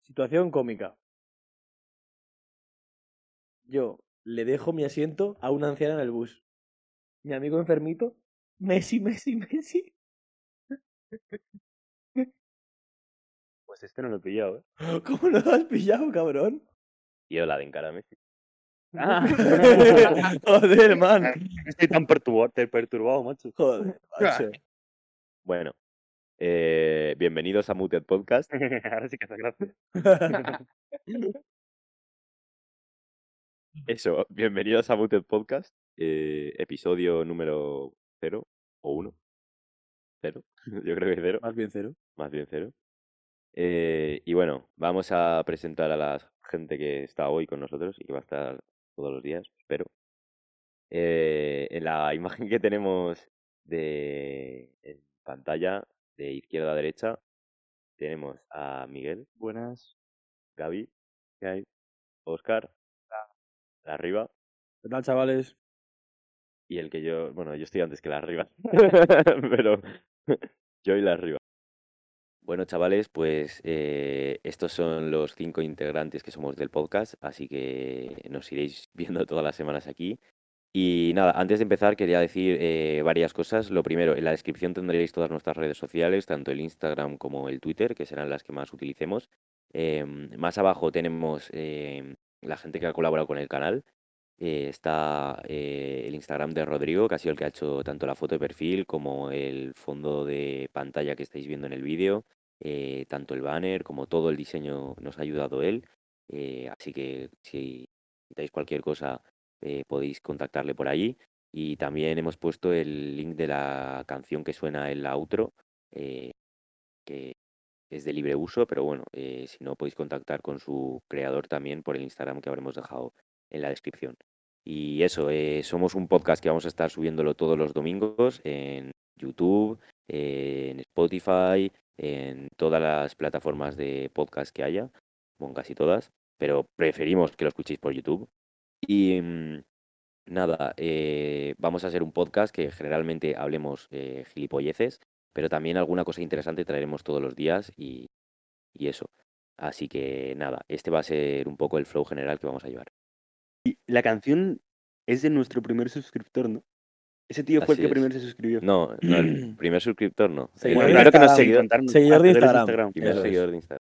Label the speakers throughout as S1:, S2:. S1: Situación cómica. Yo le dejo mi asiento a una anciana en el bus. Mi amigo enfermito, Messi, Messi, Messi.
S2: Pues este no lo he pillado, ¿eh?
S1: ¿Cómo lo has pillado, cabrón?
S2: Tío, la de encara a Messi.
S1: Joder, man.
S2: Estoy tan perturbado, perturbado macho.
S1: Joder, macho.
S2: Bueno, eh, bienvenidos a Muted Podcast. Ahora sí que hace gracia. Eso, bienvenidos a Muted Podcast, eh, episodio número 0 o 1. 0, yo creo que es 0,
S1: Más bien cero.
S2: más bien 0. y bueno, vamos a presentar a la gente que está hoy con nosotros y que va a estar todos los días, espero. Eh, en la imagen que tenemos de en pantalla, de izquierda a derecha, tenemos a Miguel,
S3: Buenas.
S2: Gaby, Oscar, la arriba,
S1: ¿Qué tal, chavales?
S2: Y el que yo, bueno, yo estoy antes que la arriba, pero yo y la arriba. Bueno, chavales, pues eh, estos son los cinco integrantes que somos del podcast, así que nos iréis viendo todas las semanas aquí. Y nada, antes de empezar quería decir eh, varias cosas. Lo primero, en la descripción tendréis todas nuestras redes sociales, tanto el Instagram como el Twitter, que serán las que más utilicemos. Em, más abajo tenemos em, la gente que ha colaborado con el canal. Eh, está eh, el Instagram de Rodrigo, que ha sido el que ha hecho tanto la foto de perfil como el fondo de pantalla que estáis viendo en el vídeo, eh, tanto el banner como todo el diseño nos ha ayudado él. Eh, así que si necesitáis cualquier cosa eh, podéis contactarle por allí. Y también hemos puesto el link de la canción que suena en la outro, eh, que es de libre uso, pero bueno, eh, si no podéis contactar con su creador también por el Instagram que habremos dejado en la descripción. Y eso, eh, somos un podcast que vamos a estar subiéndolo todos los domingos en YouTube, eh, en Spotify, en todas las plataformas de podcast que haya, bueno, casi todas, pero preferimos que lo escuchéis por YouTube. Y mm, nada, eh, vamos a hacer un podcast que generalmente hablemos eh, gilipolleces, pero también alguna cosa interesante traeremos todos los días y, y eso. Así que nada, este va a ser un poco el flow general que vamos a llevar.
S3: Y la canción es de nuestro primer suscriptor, ¿no? Ese tío fue el
S2: Así
S3: que
S2: es.
S3: primero se suscribió.
S2: No, no, el primer suscriptor no.
S1: Sí,
S2: El
S1: bueno,
S2: primer-
S3: este
S1: claro que no,
S2: seguidor-
S1: seguidor de Instagram.
S2: primer
S1: Eso es.
S2: seguidor de Instagram.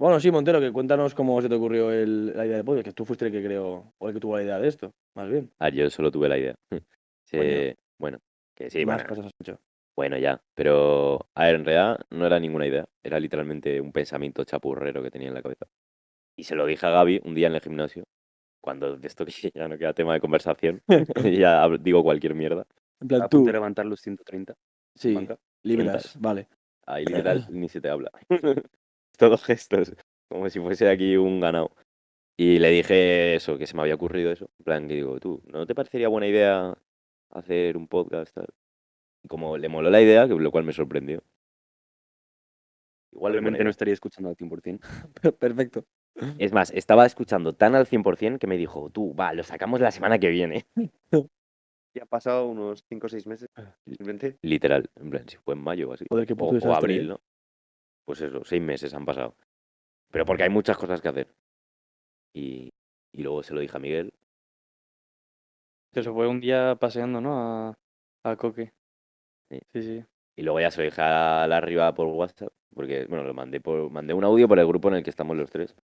S1: Bueno, sí, Montero, que cuéntanos cómo se te ocurrió el- la idea del podcast, que tú fuiste el que creó, o el que tuvo la idea de esto, más bien.
S2: Ah, yo solo tuve la idea. Sí,
S1: Coño.
S2: bueno, que sí,
S1: más
S2: bueno,
S1: cosas has hecho.
S2: Bueno, ya, pero a ver, en realidad no era ninguna idea, era literalmente un pensamiento chapurrero que tenía en la cabeza. Y se lo dije a Gaby un día en el gimnasio, cuando de esto que ya no queda tema de conversación, ya hablo- digo cualquier mierda.
S1: En
S3: Está
S1: plan,
S3: a punto
S1: tú,
S3: de levantar los 130.
S1: sí,
S3: banca.
S1: libras, vale.
S2: Ahí literal ni se te habla. Todos gestos, como si fuese aquí un ganado. Y le dije eso, que se me había ocurrido eso. En plan, que digo, tú, ¿no te parecería buena idea hacer un podcast? Tal? Y como le moló la idea, que- lo cual me sorprendió. Igual es buena
S3: Probablemente no estaría escuchando al 100%.
S1: Perfecto.
S2: Es más, estaba escuchando tan al 100% que me dijo, tú, va, lo sacamos la semana que viene.
S3: Ya ha pasado unos 5 o 6 meses.
S2: Ah.
S3: Simplemente.
S2: Literal, en plan, si fue en mayo o así.
S1: Joder, qué
S2: O,
S1: puto
S2: o
S1: desastre,
S2: abril,
S1: ¿eh?
S2: ¿no? Pues eso, seis meses han pasado. Pero porque hay muchas cosas que hacer. Y, y luego se lo dije a Miguel.
S4: Que se fue un día paseando, ¿no? A, a Coque.
S2: Sí.
S4: Sí, sí.
S2: Y luego ya se lo dije a la arriba por WhatsApp. Porque, bueno, lo mandé por, mandé un audio por el grupo en el que estamos los tres.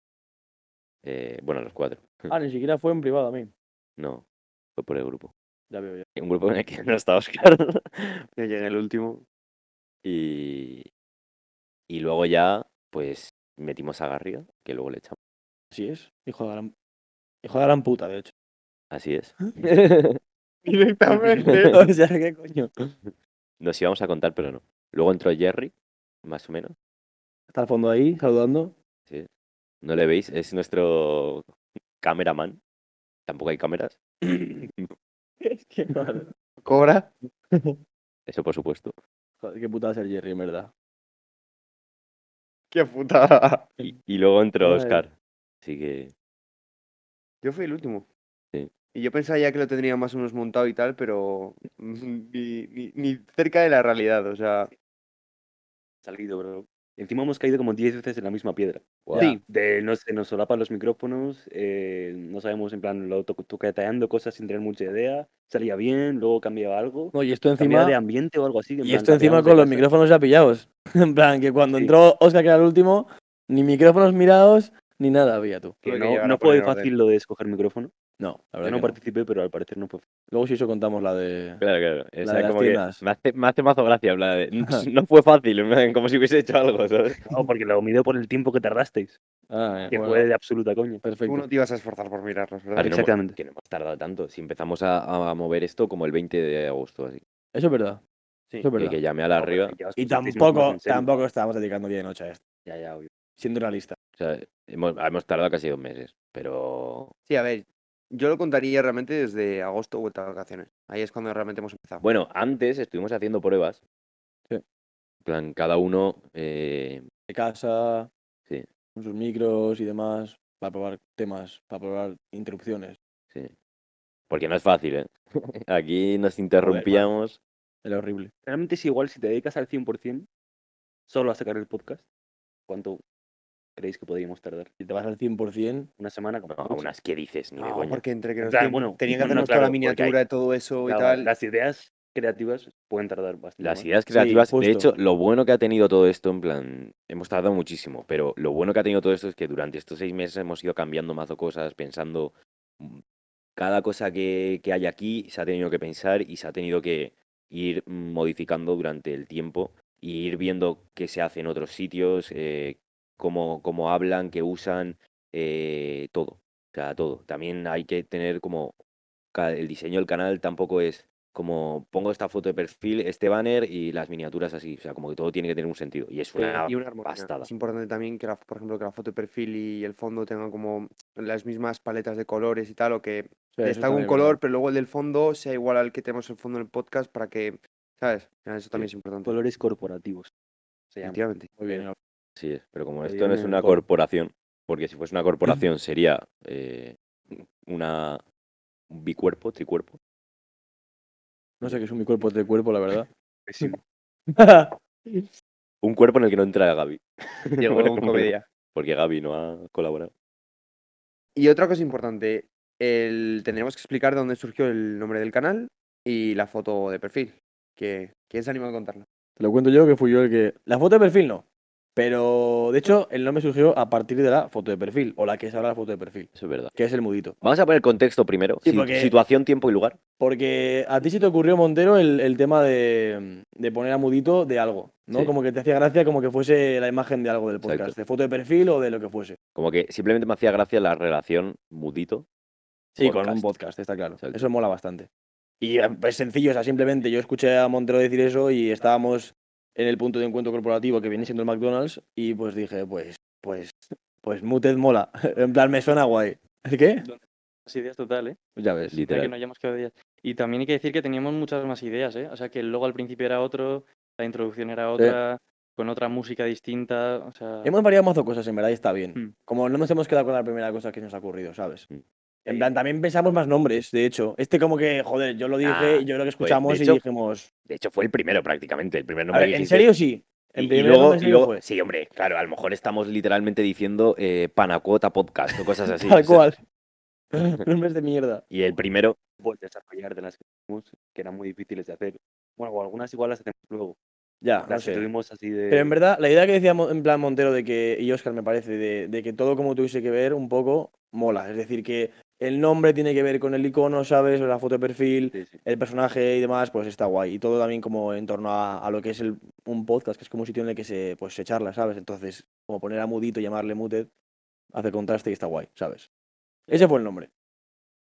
S2: Eh, bueno, los cuatro.
S1: Ah, ni siquiera fue en privado a mí.
S2: No, fue por el grupo.
S1: Ya veo, ya.
S2: Un grupo en el que no está Oscar.
S3: Ya llega el último.
S2: Y, y luego ya, pues metimos a Garriga, que luego le echamos.
S1: Así es, hijo de gran... Hijo de gran puta, de hecho.
S2: Así es.
S1: Ah.
S3: Directamente.
S1: o sea, ¿qué coño?
S2: Nos íbamos a contar, pero no. Luego entró Jerry, más o menos.
S1: Está al fondo ahí, saludando.
S2: No le veis, es nuestro cameraman. Tampoco hay cámaras,
S1: es que madre.
S3: Cobra.
S2: eso por supuesto.
S1: Joder, qué puta va a ser Jerry, en verdad.
S3: Qué puta.
S2: Y, y luego entró
S1: Madre.
S2: Oscar. Así que
S3: Yo fui el último.
S2: Sí.
S3: Y yo pensaba ya que lo tendría más o menos montado y tal, pero ni, ni, ni cerca de la realidad, o sea. Salido, bro. Encima hemos caído como 10 veces en la misma piedra.
S2: Guau.
S4: Sí.
S3: De, no se nos solapan los micrófonos, eh, no sabemos, en plan, lo toc- toqueteando cosas sin tener mucha idea, salía bien, luego cambiaba algo,
S1: No, y esto
S3: cambiaba
S1: encima.
S3: de ambiente o algo así. en
S1: Y
S3: plan,
S1: esto encima
S3: cambiamos de
S1: con los
S3: casa.
S1: micrófonos ya pillados. En plan, que cuando
S3: Sí.
S1: entró Oscar, que era el último, ni micrófonos mirados, ni nada había tú.
S3: Que
S5: Tuve que
S3: no,
S5: llegar
S3: no
S5: a
S3: fue
S5: poner orden.
S3: fácil lo de escoger micrófono.
S1: No, la
S3: Yo
S1: verdad.
S3: no
S1: que no.
S3: participé, pero al parecer no fue fácil.
S1: Luego, si eso contamos la de.
S2: Claro, claro. O
S1: La
S2: sea,
S1: de las
S2: como que
S1: tiendas.
S2: me, hace, me hace mazo gracia hablar de. No fue fácil, en plan, como si hubiese hecho algo, ¿sabes?
S3: No, porque lo mido por el tiempo que tardasteis,
S1: Ah, eh,
S3: que
S1: bueno,
S3: fue de absoluta coña.
S5: Tú
S1: perfecto.
S5: no te ibas a esforzar por mirarlos, ¿verdad?
S2: Vale, no hemos-
S3: Exactamente.
S2: que no hemos tardado tanto. Si empezamos a, a mover esto como el 20 de agosto, así.
S1: Eso es verdad. Eso es
S2: Que,
S1: verdad.
S2: que llamé a la arriba.
S1: Y tampoco, tampoco estábamos dedicando día y noche a esto,
S3: Ya, ya, obvio.
S1: siendo realista.
S2: O sea, hemos, hemos tardado casi dos meses. Pero.
S5: Sí, a ver, yo lo contaría realmente desde agosto vuelta a vacaciones. Ahí es cuando realmente hemos empezado.
S2: Bueno, antes estuvimos haciendo pruebas.
S1: Sí.
S2: En plan, cada uno. eh,
S1: De casa,
S2: Sí.
S1: con sus micros y demás, para probar temas, para probar interrupciones.
S2: sí. Porque no es fácil, ¿eh? Aquí nos interrumpíamos.
S1: Era horrible.
S3: Realmente es igual si te dedicas al 100% solo a sacar el podcast. ¿Cuánto creéis que podríamos tardar?
S1: Si te vas al 100%,
S3: ¿Una semana?
S2: No,
S3: Como mucho.
S2: unas que dices, ni de
S1: Ah,
S5: No,
S2: coña.
S5: porque entre que
S3: En
S5: nos
S3: plan,
S5: tienen-
S3: bueno,
S5: tenían que
S3: bueno,
S5: hacernos
S3: claro,
S5: toda la
S3: porque hay-
S5: miniatura y todo eso y
S3: Claro,
S5: tal.
S3: Las ideas creativas pueden tardar bastante.
S2: Las
S3: más.
S2: ideas
S1: Sí,
S2: creativas, de hecho,
S1: justo.
S2: lo bueno que ha tenido todo esto, en plan, hemos tardado muchísimo, pero lo bueno que ha tenido todo esto es que durante estos seis meses hemos ido cambiando mazo cosas, pensando mm, cada cosa que, que hay aquí se ha tenido que pensar y se ha tenido que ir modificando durante el tiempo y ir viendo qué se hace en otros sitios, eh, cómo, cómo hablan, qué usan, eh, todo. O sea, todo. También hay que tener como ca- el diseño del canal tampoco es como pongo esta foto de perfil, este banner y las miniaturas así. O sea, como que todo tiene que tener un sentido. Y es
S5: Eh,
S2: una...
S5: y una armonía.
S2: bastada.
S5: Es importante también que, la, por ejemplo, que la foto de perfil y el fondo tengan como las mismas paletas de colores y tal, o que
S1: sí, eso
S5: destaque un
S1: también es
S5: color,
S1: verdad.
S5: pero luego el del fondo sea igual al que tenemos el fondo en el podcast para que, ¿sabes? Al final Eso también es importante.
S3: Colores corporativos. Se llama.
S5: Efectivamente.
S1: Muy bien.
S2: Sí, es, pero como
S3: Lo
S2: esto no es
S3: viene
S2: una
S3: con-
S2: corporación, porque si fuese una corporación sería eh, una... un bicuerpo, tricuerpo.
S1: No sé qué es un mi cuerpo de cuerpo, la verdad.
S3: Pésimo.
S2: Un cuerpo en el que no entra Gaby,
S5: Llegó
S2: Bueno,
S5: un
S2: como-
S5: comedia.
S2: porque Gaby no ha colaborado.
S5: Y otra cosa importante, el... tendríamos que explicar dónde surgió el nombre del canal y la foto de perfil. Que... ¿Quién se anima a contarlo?
S1: Te lo cuento yo que fui yo el que. La foto de perfil no. Pero de hecho, el nombre surgió a partir de la foto de perfil, o la que es ahora la foto de perfil,
S2: Eso es verdad.
S1: que es el mudito.
S2: Vamos a poner contexto primero.
S1: Sí,
S2: si-
S1: porque-
S2: Situación, tiempo y lugar.
S1: Porque a ti se te ocurrió, Montero, el, el tema de, de poner a Mudito de algo, ¿no?
S2: Sí.
S1: Como que te hacía gracia como que fuese la imagen de algo del podcast,
S2: Exacto.
S1: de foto de perfil o de lo que fuese.
S2: Como que simplemente me hacía gracia la relación mudito.
S1: Sí, con
S2: Podcast.
S1: un podcast, está claro.
S2: Exacto.
S1: Eso mola bastante. Y eh, es sencillo, o sea, simplemente yo escuché a Montero decir eso y estábamos en el punto de encuentro corporativo que viene siendo el McDonald's y pues dije, pues, pues, pues Muted mola. En plan, me suena guay. ¿El qué?
S4: Las ideas total, ¿eh?
S1: Ya ves.
S4: Ya que
S2: Literal.
S4: no hayamos quedado ideas. Y también hay que decir que teníamos muchas más ideas, ¿eh? O sea, que el logo al principio era otro, la introducción era otra, con otra música distinta, o sea...
S2: Em
S1: Hemos variado mazo cosas, en verdad, y está bien.
S2: Hmm.
S4: Mm.
S1: Como no nos hemos quedado con la primera cosa que nos ha ocurrido, ¿sabes?
S2: Mm.
S1: En plan, también pensamos más nombres, de hecho. Este como que, joder, yo lo dije,
S2: Ah,
S1: y yo lo que escuchamos
S2: de hecho,
S1: y dijimos...
S2: De hecho, fue el primero prácticamente. El
S1: "A
S2: primer nombre
S1: ver,
S2: que
S1: ¿En
S2: dijiste.
S1: serio sí? En
S2: Y- y,
S1: primer
S2: luego,
S1: nombre, ¿en
S2: y
S1: serio
S2: luego-
S1: fue?
S2: sí, hombre, claro, a lo mejor estamos literalmente diciendo eh, Panacuota Podcast o cosas así. o
S1: Tal
S2: sea,
S1: cual. nombres de mierda.
S2: Y el primero,
S3: Pues desarrollar de las que hicimos, que eran muy difíciles de hacer. Bueno, o algunas igual las hacemos luego.
S2: Ah,
S1: Ya, no
S3: Las que
S1: sé.
S3: tuvimos así de.
S1: Pero en verdad, la idea que decíamos en plan Montero de que, y Oscar me parece, de, de que todo como tuviese que ver un poco, mola. Es decir, que el nombre tiene que ver con el icono, ¿sabes? O la foto de perfil,
S3: Sí, sí.
S1: el personaje y demás, pues está guay. Y todo también como en torno a, a lo que es el, un podcast, que es como un sitio en el que se, pues, se charla, ¿sabes? Entonces, como poner a Mudito y llamarle Muted, hace contraste y está guay, ¿sabes? Ese fue el nombre.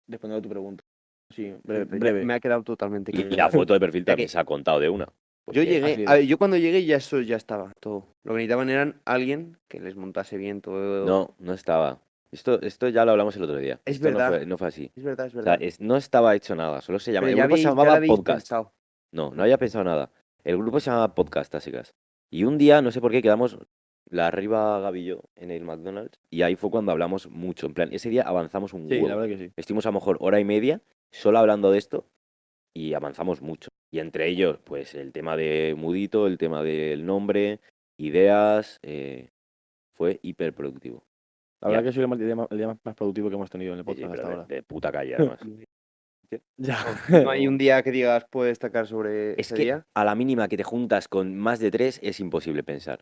S1: Respondiendo a tu pregunta. Sí, breve. breve.
S5: Me ha quedado totalmente
S2: y
S5: claro.
S2: la foto de perfil
S5: Ya
S2: también
S5: que-
S2: se ha contado de una.
S5: Yo
S2: porque-
S5: llegué,
S1: sido.
S5: a ver, yo cuando llegué ya eso ya estaba todo. Lo que necesitaban eran alguien que les montase bien todo.
S2: No, no estaba. Esto, esto ya lo hablamos el otro día.
S5: Es
S2: Esto no fue- No
S5: verdad.
S2: fue, así.
S5: Es verdad, es
S2: O sea,
S5: verdad.
S2: es- no estaba hecho nada, solo se llamaba.
S5: Pero
S2: El
S5: ya
S2: grupo
S5: habéis-
S2: se
S5: ya lo
S2: llamaba
S5: habéis
S2: Podcast.
S5: pensado.
S2: No, no había pensado nada. El grupo se llamaba Podcast, así que Y un día, no sé por qué, quedamos la arriba Gavillo en el McDonald's y ahí fue cuando hablamos mucho. En plan, ese día avanzamos un
S1: Sí,
S2: huevo.
S1: la verdad que sí.
S2: Estuvimos a lo mejor hora y media solo hablando de esto y avanzamos mucho. Y entre ellos, pues el tema de Mudito, el tema del nombre, ideas, eh, fue hiperproductivo.
S1: La verdad que soy el, mal- el día, ma- el día más- más productivo que hemos tenido en el
S2: Sí, sí,
S1: podcast
S2: pero
S1: hasta
S2: de,
S1: ahora.
S2: de puta calle, además.
S1: Ya.
S5: No hay un día que digas, puedo destacar sobre
S2: es
S5: ese
S2: que
S5: día.
S2: a la mínima que te juntas con más de tres es imposible pensar.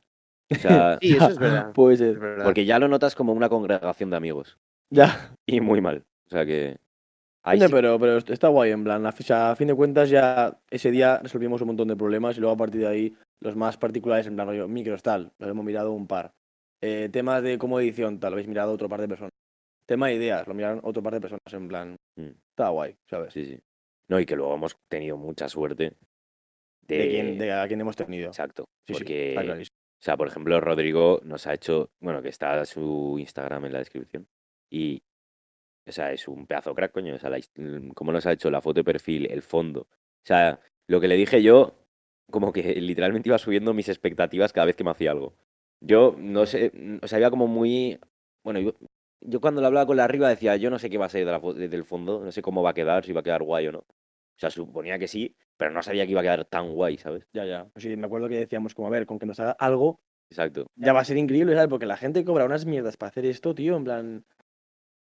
S2: O sea,
S5: Sí, eso es verdad.
S1: Puede
S5: es
S1: ser.
S5: verdad.
S2: porque ya lo notas como una congregación de amigos.
S1: Ya.
S2: Y muy mal. O sea que. Ahí
S1: Coño,
S2: sí-
S1: pero, pero est- está guay, en plan. A, fi- o sea, a fin de cuentas, ya ese día resolvimos un montón de problemas y luego a partir de ahí, los más particulares, en plan, rollo, micros, tal, lo hemos mirado un par. Eh, temas de como edición, tal, lo habéis mirado otro par de personas. Tema de ideas, lo miraron otro par de personas, en plan.
S2: Mm.
S1: Está guay, ¿sabes?
S2: Sí, sí. No, y que luego hemos tenido mucha suerte de.
S1: De, quién, de a quién hemos tenido.
S2: Exacto.
S1: Sí, sí,
S2: Eh, porque
S1: está clarísimo.
S2: O sea, por ejemplo, Rodrigo nos ha hecho, bueno, que está su Instagram en la descripción. Y, o sea, es un pedazo crack, coño. O sea, la his- mm, cómo nos ha hecho la foto de perfil, el fondo. O sea, lo que le dije yo, como que literalmente iba subiendo mis expectativas cada vez que me hacía algo. Yo, no sé, mm, o sea, iba como muy, bueno, yo, yo cuando lo hablaba con la arriba decía, yo no sé qué va a ser de la fo- de- del fondo, no sé cómo va a quedar, si va a quedar guay o no. O sea, suponía que sí, pero no sabía que iba a quedar tan guay, ¿sabes?
S1: Ya, ya. Sí, me acuerdo que decíamos, como, a ver, con que nos haga algo,
S2: Exacto.
S1: ya va a ser increíble, ¿sabes? Porque la gente cobra unas mierdas para hacer esto, tío, en plan.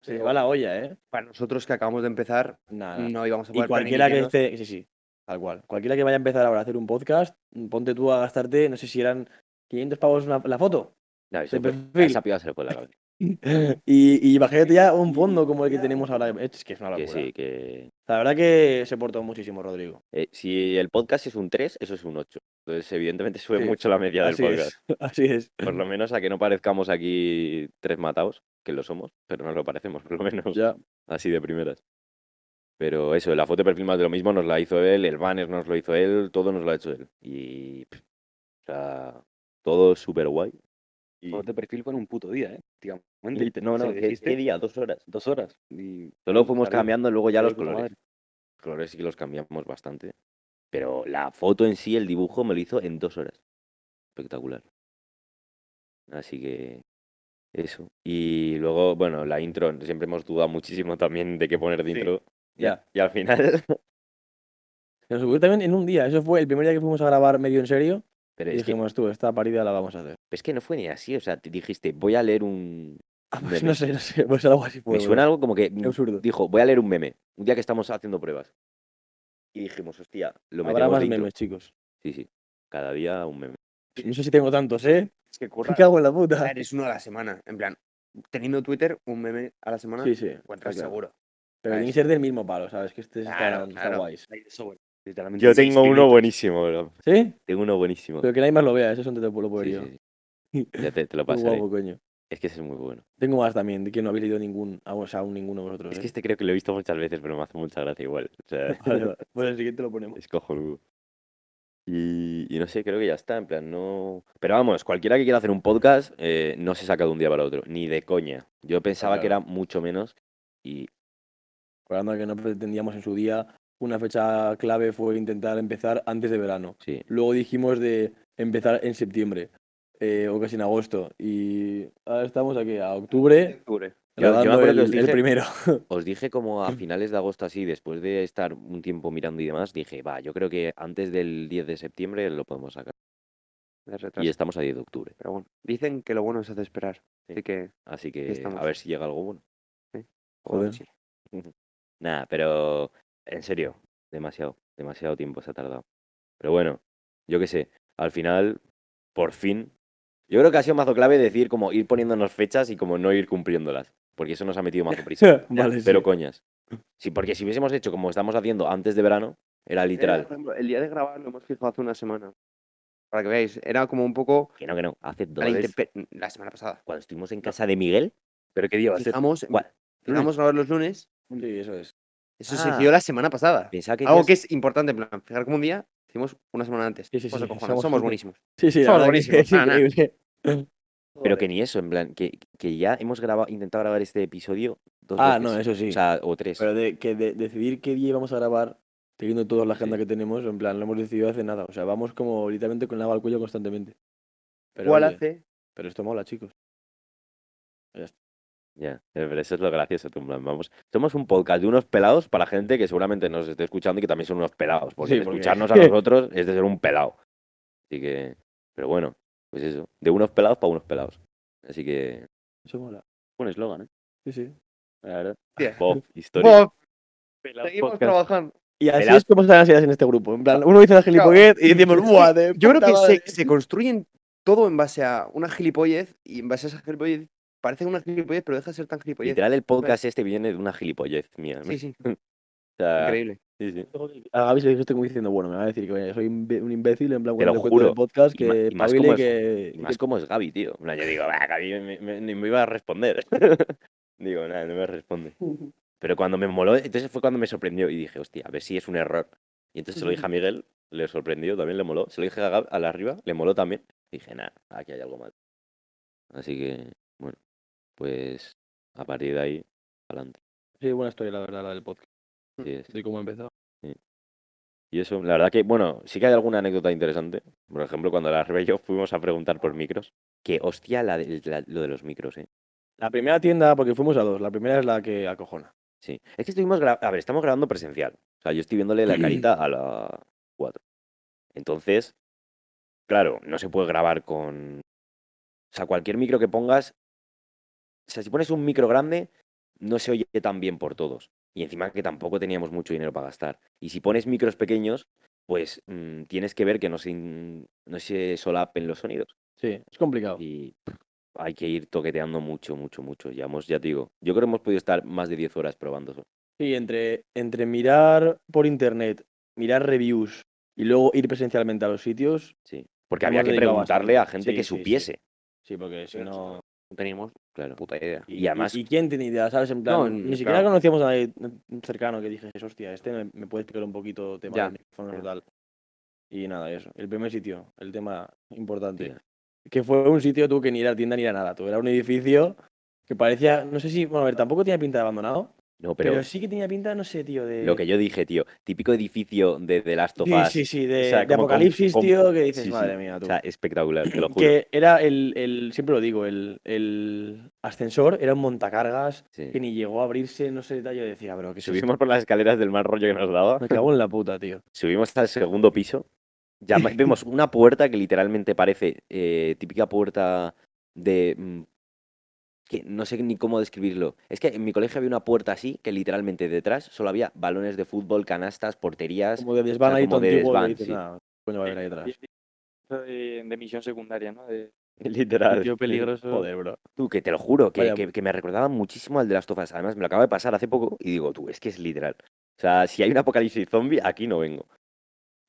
S1: Se le va la olla, ¿eh?
S5: para nosotros que acabamos de empezar,
S1: Nada.
S5: no íbamos a
S1: Y
S5: poder
S1: cualquiera que
S5: planificarnos.
S1: esté, sí, sí, tal cual. Cualquiera que vaya a empezar ahora a hacer un podcast, mm, ponte tú a gastarte, no sé si eran 500 pavos una- la foto.
S2: Ya, eso
S1: De
S2: fue-
S1: perfil.
S2: esa piba se le fue la cabeza.
S1: y, y imagínate ya un fondo como el que tenemos ahora. Es que es una
S2: Que
S1: locura.
S2: sí, que.
S1: La verdad que se portó muchísimo, Rodrigo.
S2: eh, si el podcast es un 3, eso es un 8. Entonces, evidentemente, sube
S1: Sí,
S2: mucho la media del
S1: Así
S2: podcast.
S1: es, así es.
S2: Por lo menos a que no parezcamos aquí tres matados, que lo somos, pero no lo parecemos, por lo menos.
S1: Ya.
S2: Así de primeras. Pero eso, la foto de perfil más de lo mismo nos la hizo él, el banner nos lo hizo él, todo nos lo ha hecho él. Y. pff, o sea, todo súper guay. Y-
S3: Fotos de perfil fue en un puto día, ¿eh? Digamos.
S2: Liter- No, no, ¿qué, qué día? Dos horas.
S3: Dos horas. Y
S2: Solo fuimos
S3: Claro.
S2: cambiando luego ya
S3: Pero
S2: los
S1: pues,
S3: de puta
S2: colores.
S3: madre.
S2: Los colores sí que los cambiamos bastante. Pero la foto en sí, el dibujo, me lo hizo en dos horas. Espectacular. Así que eso. Y luego, bueno, la intro. Siempre hemos dudado muchísimo también de qué poner de
S1: Sí,
S2: intro. Y-
S1: ya.
S2: Y, al final...
S1: Se nos ocurrió también en un día. Eso fue el primer día que fuimos a grabar medio en serio.
S2: Pero
S1: Y
S2: es que,
S1: dijimos, tú, esta parida la vamos a hacer.
S2: es que no fue ni así. O sea, te dijiste, voy a leer un...
S1: Ah,
S2: Un
S1: pues
S2: meme.
S1: no sé, no sé. Pues algo así fue.
S2: me
S1: bro.
S2: suena algo como que
S1: Qué absurdo.
S2: dijo, voy a leer un meme. Un día que estamos haciendo pruebas. Y dijimos, hostia, lo
S1: Habrá
S2: metemos
S1: más
S2: de intro.
S1: memes, chicos.
S2: Sí, sí. Cada día un meme.
S1: No sé si tengo tantos, ¿eh?
S5: Es que
S1: Me
S5: curra.
S1: cago en la puta.
S5: Eres uno a la semana. En plan, teniendo Twitter, un meme a la semana,
S1: Sí, sí. está
S5: encuentras
S1: claro.
S5: seguro.
S1: Pero
S5: Ah,
S1: tiene que
S5: es-
S1: ser del mismo palo, ¿sabes? Que este está,
S5: Claro,
S1: está
S5: claro.
S1: guay.
S3: ahí eso, bueno, literalmente
S2: Yo
S3: es
S2: tengo uno
S3: infinito.
S2: buenísimo, bro.
S1: ¿Sí?
S2: Tengo uno buenísimo.
S1: Pero que nadie más lo vea, eso es un te lo puedo
S2: Sí,
S1: yo.
S2: sí, sí. Ya te, te lo
S1: Muy
S2: pasaré.
S1: guapo, coño.
S2: Es que ese es muy bueno.
S1: Tengo más también, de que no habéis leído ningún, ah, o sea, aún ninguno vosotros.
S2: Es
S1: ¿eh?
S2: que este creo que lo he visto muchas veces, pero me hace mucha gracia igual. O sea,
S1: Vale, vale. Bueno, el siguiente lo ponemos.
S2: es cojonudo. Y, y no sé, creo que ya está. En plan, no. Pero vamos, cualquiera que quiera hacer un podcast eh, no se saca de un día para otro, ni de coña. Yo pensaba que era
S1: Claro.
S2: mucho menos y
S1: Recordando que no pretendíamos en su día, una fecha clave fue intentar empezar antes de verano.
S2: sí.
S1: Luego dijimos de empezar en septiembre, eh, o casi en agosto. Y ahora estamos aquí, a octubre,
S5: Octubre.
S2: Yo- yo me
S1: grabando
S2: acuerdo que os
S1: el, el
S2: dije-
S1: primero.
S2: Os dije como a finales de agosto así, después de estar un tiempo mirando y demás, dije, va, yo creo que antes del 10 de septiembre lo podemos sacar.
S5: de retraso.
S2: Y estamos a 10 de octubre.
S5: Pero bueno, dicen que lo bueno se hace esperar.
S2: Sí.
S5: Así que,
S2: Así que a
S5: estamos.
S2: ver si llega algo bueno.
S1: Joder.
S5: sí.
S2: Nada, pero en serio, demasiado, demasiado tiempo se ha tardado. Pero bueno, yo qué sé, al final, por fin, yo creo que ha sido mazo clave decir como ir poniéndonos fechas y como no ir cumpliéndolas, porque eso nos ha metido mazo prisa.
S1: vale, sí.
S2: Pero coñas. Sí, porque si hubiésemos hecho como estamos haciendo antes de verano, era
S5: Era,
S2: literal.
S5: eh, por ejemplo, el día de grabar lo hemos fijado hace una semana. Para que veáis, era como un poco
S2: Que no, que no, hace dos.
S5: a la, intempe- la semana pasada.
S2: Cuando estuvimos en casa de Miguel,
S3: Pero qué día va a ser.
S5: Fijamos,
S2: ¿Cuál?
S5: fijamos grabar los lunes.
S1: Sí, eso es.
S5: Eso
S2: Ah.
S5: se decidió la semana pasada.
S2: pensaba que
S5: Algo
S2: decías-
S5: que es importante, en plan, fijar como un día, hicimos una semana antes.
S1: Sí, sí,
S5: Pues
S1: sí,
S5: se cojones,
S1: somos
S5: somos,
S1: gente-
S5: buenísimos.
S1: Sí, sí, la
S5: Somos
S1: verdad que
S5: buenísimos,
S1: es
S5: nada, nada.
S1: increíble.
S2: Pero que ni eso, en plan, que, que ya hemos grabado, intentado grabar este episodio dos
S1: Ah,
S2: veces.
S1: no, eso sí.
S2: O sea, o tres.
S1: Pero de, que de- decidir qué día íbamos a grabar, teniendo toda la agenda
S2: Sí.
S1: que tenemos, en plan, lo hemos decidido hace nada. O sea, vamos como literalmente con la al cuello constantemente. Pero,
S5: ¿Cuál
S1: oye,
S5: hace?
S1: pero esto mola, chicos.
S2: Ya, eh, pero eso es lo gracioso, tú, en plan, vamos. Somos un podcast de unos pelados para gente que seguramente nos esté escuchando y que también son unos pelados, porque
S1: Sí, porque-
S2: escucharnos a nosotros es de ser un pelado. Así que, pero bueno, pues eso, de unos pelados para unos pelados. Así que,
S1: Eso mola.
S3: Buen eslogan, ¿eh?
S1: Sí, sí.
S3: La verdad.
S2: Bob, historia.
S5: Bob, seguimos trabajando.
S1: Y así
S2: Verás.
S1: es como salen las ideas en este grupo. En plan, uno dice la gilipoguet y decimos, ¡buah! de
S5: Yo creo
S1: puta
S5: que
S1: madre".
S5: se, se construyen todo en base a una gilipollez y en base a esa gilipollez parece una gilipollez, pero deja de ser tan gilipollez.
S2: Literal, el podcast este viene de una gilipollez mía.
S5: Sí, sí,
S2: O sea,
S5: increíble.
S2: sí, sí.
S1: A Gaby se lo estoy como diciendo, bueno, me va a decir que soy un be- un imbécil en plan
S2: Te
S1: cuando
S2: lo
S1: le cuento
S2: juro.
S1: del podcast
S2: Y ma-
S1: que
S2: y más
S1: espabile
S2: como es-
S1: que,
S2: Y
S1: que-
S2: más como es Gaby, tío. En plan, Yo digo, "Bah, Gaby me- me- ni me iba a responder. digo, nada, no me responde. Pero cuando me moló, entonces fue cuando me sorprendió y dije, hostia, a ver si es un error. Y entonces se lo dije a Miguel, le sorprendió, también le moló. Se lo dije a Gab, a la arriba, le moló también. Dije, nada, aquí hay algo mal. Así que, bueno, pues a partir de ahí, adelante.
S1: Sí, buena historia, la verdad, la del podcast.
S2: Así es.
S1: De cómo ha empezado.
S2: Y eso, la verdad que, bueno, sí que hay alguna anécdota interesante. Por ejemplo, cuando la arriba y yo fuimos a preguntar por micros. Que hostia la de- la- lo de los micros, eh.
S1: La primera tienda, porque fuimos a dos, la primera es la que acojona.
S2: Sí. Es que estuvimos gra- A ver, estamos grabando presencial. O sea, yo estoy viéndole la carita a la 4. Entonces, claro, no se puede grabar con. O sea, cualquier micro que pongas. O sea, si pones un micro grande, no se oye tan bien por todos. Y encima que tampoco teníamos mucho dinero para gastar. Y si pones micros pequeños, pues mm, tienes que ver que no se, in- no se solapen los sonidos.
S1: Sí, es complicado.
S2: Y pff, hay que ir toqueteando mucho, mucho, mucho. Ya, hemos, ya te digo, yo creo que hemos podido estar más de 10 horas probando eso.
S1: Sí, entre, entre mirar por internet, mirar reviews y luego ir presencialmente a los sitios,
S2: Sí. Porque
S1: Hemos
S2: había que
S1: dedicado
S2: preguntarle a
S1: bastante.
S2: gente
S1: Sí,
S2: que
S1: sí, sí.
S2: supiese.
S1: sí, porque si no...
S5: No teníamos
S2: Claro.
S5: puta idea.
S2: Y, además,
S1: ¿Y quién tiene idea? ¿Sabes? En plan,
S5: No,
S1: ni
S5: claro.
S1: siquiera conocíamos a nadie cercano que dije, hostia, este me, me puede explicar un poquito tema
S5: Ya.
S1: de micrófonos o tal. Y nada, eso. El primer sitio, el tema importante.
S2: Tía.
S1: Que fue un sitio, tú, que ni era tienda ni era nada. Tú, era un edificio que parecía, no sé si, bueno, a ver, tampoco tenía pinta de abandonado,
S2: no,
S1: pero,
S2: pero,
S1: sí que tenía pinta, no sé, tío, de...
S2: lo que yo dije, tío, típico edificio de The Last of
S1: Sí,
S2: Us.
S1: sí, sí, de,
S2: sea,
S1: de
S2: como con-
S1: apocalipsis,
S2: con-
S1: tío, que dices,
S2: sí, sí.
S1: madre mía,
S2: O
S1: tú.
S2: sea, espectacular, te lo juro.
S1: que era el, el, siempre lo digo, el, el ascensor era un montacargas
S2: Sí.
S1: que ni llegó a abrirse, no sé detalle, "Ah, decía, bro, que
S2: Subimos por las escaleras del mal rollo que nos daba.
S1: Me cago en la puta, tío.
S2: Subimos hasta el segundo piso. Ya ma- vemos una puerta que literalmente parece eh, típica puerta de... mm, que no sé ni cómo describirlo. Es que en mi colegio había una puerta así que literalmente detrás solo había balones de fútbol, canastas, porterías.
S1: Como de desván ahí
S2: como de
S1: tontigo,
S2: desván,
S1: y dices,
S2: sí.
S1: nada, coño, va a haber ahí atrás.
S4: De, de misión secundaria, ¿no? De
S2: Literal.
S4: sitio
S2: sí.
S4: peligroso.
S1: Joder, bro.
S2: Tú, que te lo juro, que,
S1: Vaya.
S2: que- que me recordaba muchísimo al de las tofas. Además, me lo acaba de pasar hace poco y digo, tú, es que es literal. O sea, si hay un apocalipsis zombie, aquí no vengo.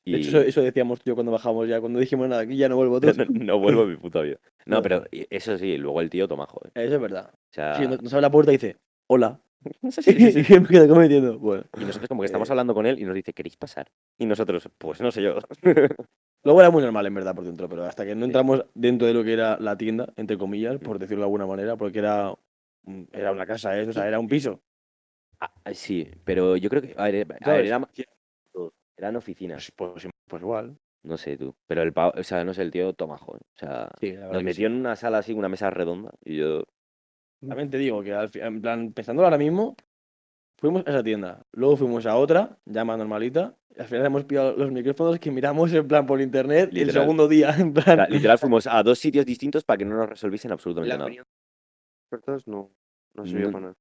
S2: Y
S1: De hecho, eso, eso decíamos yo cuando bajamos ya, cuando dijimos nada, aquí ya no vuelvo tú.
S2: no, no vuelvo a mi puta vida. No,
S1: No.
S2: pero i- eso sí, luego el tío toma joder.
S1: Eso es verdad.
S2: O sea,
S1: Sí, nos nos abre la puerta y dice, hola.
S2: Ah. sí, sí, sí.
S1: Y me quedo cometiendo. Bueno.
S2: Y nosotros como que estamos
S1: Eh.
S2: hablando con él y nos dice, ¿queréis pasar? Y nosotros, pues no sé yo.
S1: Luego era muy normal, en verdad, por dentro, pero hasta que no entramos dentro de lo que era la tienda, entre comillas, por decirlo de alguna manera, porque era, un- era una casa, ¿eh? o sea, era un piso.
S2: Ah, ah, sí, pero yo creo que... A ver, eh, a ver,
S1: ¿Sabes?
S2: era ma- eran oficinas,
S1: Pues, pues- pues igual.
S2: no sé tú. Pero el pavo- o sea, no sé, el tío toma joder. O sea,
S1: Sí, la verdad
S2: nos
S1: que sí.
S2: metió en una sala así, una mesa redonda y yo...
S1: También te digo que, al fi- en plan, pensándolo ahora mismo, fuimos a esa tienda, luego fuimos a otra, ya más normalita, y al final hemos pillado los micrófonos que miramos en plan por internet el
S2: Literal.
S1: segundo día, en
S2: O
S1: plan.
S2: sea, literal fuimos a dos sitios distintos para que no nos resolviesen absolutamente
S5: La
S2: nada.
S5: opinión de los expertos no, no sirvió
S2: No-
S5: para nada.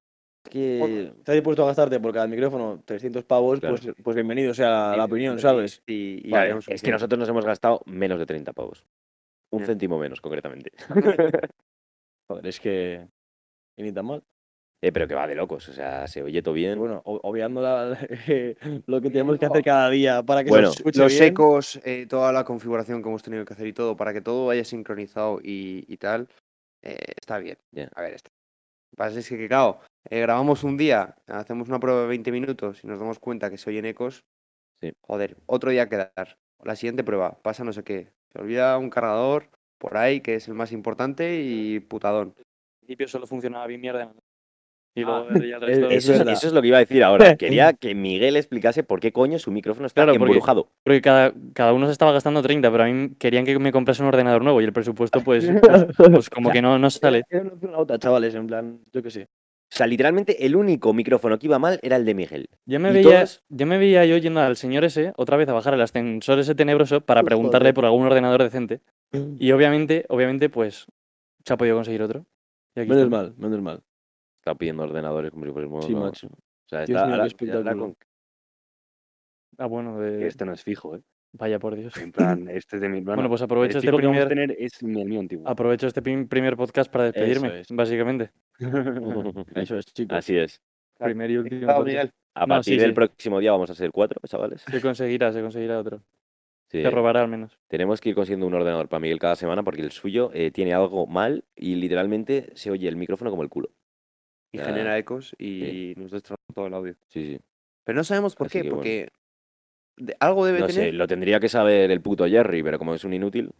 S2: Es que
S1: mm, Estás dispuesto a gastarte por cada micrófono 300 pavos,
S2: Claro.
S1: pues, pues bienvenido sea la, la opinión,
S5: Sí,
S1: ¿sabes?
S5: sí, y
S2: Vale,
S5: habíamos
S2: es que
S5: suficiente.
S2: nosotros nos hemos gastado menos de 30 pavos. Un
S5: Ya.
S2: céntimo menos, concretamente.
S1: Joder, es que. Y ni tan mal.
S2: Eh, pero que va de locos, o sea, se oye todo bien.
S1: Bueno, o- obviando la- lo que tenemos que hacer cada día para que se
S2: Bueno,
S1: escuche
S5: los
S1: bien.
S5: ecos, eh, toda la configuración que hemos tenido que hacer y todo, para que todo vaya sincronizado y, y tal, eh, está bien.
S2: Ya.
S5: A ver, está. Lo que pasa es que, claro, eh, grabamos un día, hacemos una prueba de 20 minutos y nos damos cuenta que se oyen ecos.
S2: Sí.
S5: Joder, otro día quedar. La siguiente prueba, pasa no sé qué. Se olvida un cargador por ahí, que es el más importante, y putadón.
S4: Al principio solo funcionaba bien mierda. Y
S1: Ah,
S4: luego ya el resto.
S1: es
S2: e-, eso, es,
S1: verdad.
S2: eso es lo que iba a decir ahora. Quería que Miguel explicase por qué coño su micrófono está
S4: Claro, porque-
S2: embrujado.
S4: Porque cada, cada uno se estaba gastando 30, pero a mí querían que me comprase un ordenador nuevo y el presupuesto, pues, pues, pues como que no, no sale.
S1: Era un astronauta, chavales, en plan, yo qué sé.
S2: O sea, literalmente el único micrófono que iba mal era el de Miguel.
S4: Yo me,
S2: ¿Y
S4: veía,
S2: todas?
S4: yo me veía yo yendo al señor ese otra vez a bajar el ascensor ese tenebroso para
S1: Joder. Mm.
S4: preguntarle por algún ordenador decente. Y obviamente, obviamente, pues se ha podido conseguir otro. Y aquí
S1: Menos
S4: está.
S1: mal, menos mal.
S2: Está pidiendo ordenadores como si fuésemos,
S1: Sí,
S2: vamos.
S1: macho.
S2: O sea,
S1: Dios mío,
S2: está
S1: qué
S2: ahora- ya
S1: espectáculo.
S2: habla con-
S4: Ah, bueno, de-
S3: Este no es fijo, ¿eh?
S4: vaya por Dios.
S3: En plan, este es de mi hermano.
S4: Bueno, pues
S3: El
S4: aprovecho este
S3: fijo que vamos a
S4: primer,
S3: tener es el mío antiguo.
S4: aprovecho este prim- primer podcast para despedirme,
S1: es.
S4: básicamente.
S2: pues,
S1: Eso es, chicos.
S2: Así es.
S5: Claro.
S4: Primer y último
S5: Chao,
S4: podcast.
S5: Miguel.
S2: A
S4: No,
S2: partir
S4: sí,
S2: del
S4: sí.
S2: próximo día vamos a ser cuatro, chavales.
S4: Se conseguirá, se conseguirá otro.
S2: Sí.
S4: Se robará al menos.
S2: Tenemos que ir consiguiendo un ordenador para Miguel cada semana porque el suyo eh, tiene algo mal y literalmente se oye el micrófono como el culo.
S5: Y
S2: Ya.
S5: genera ecos y nos destroza todo el audio.
S2: Sí, sí.
S5: Pero no sabemos por
S2: Así
S5: qué,
S2: que bueno.
S5: porque de- algo debe
S2: No
S5: tener.
S2: sé, lo tendría que saber el puto Jerry, pero como es un inútil,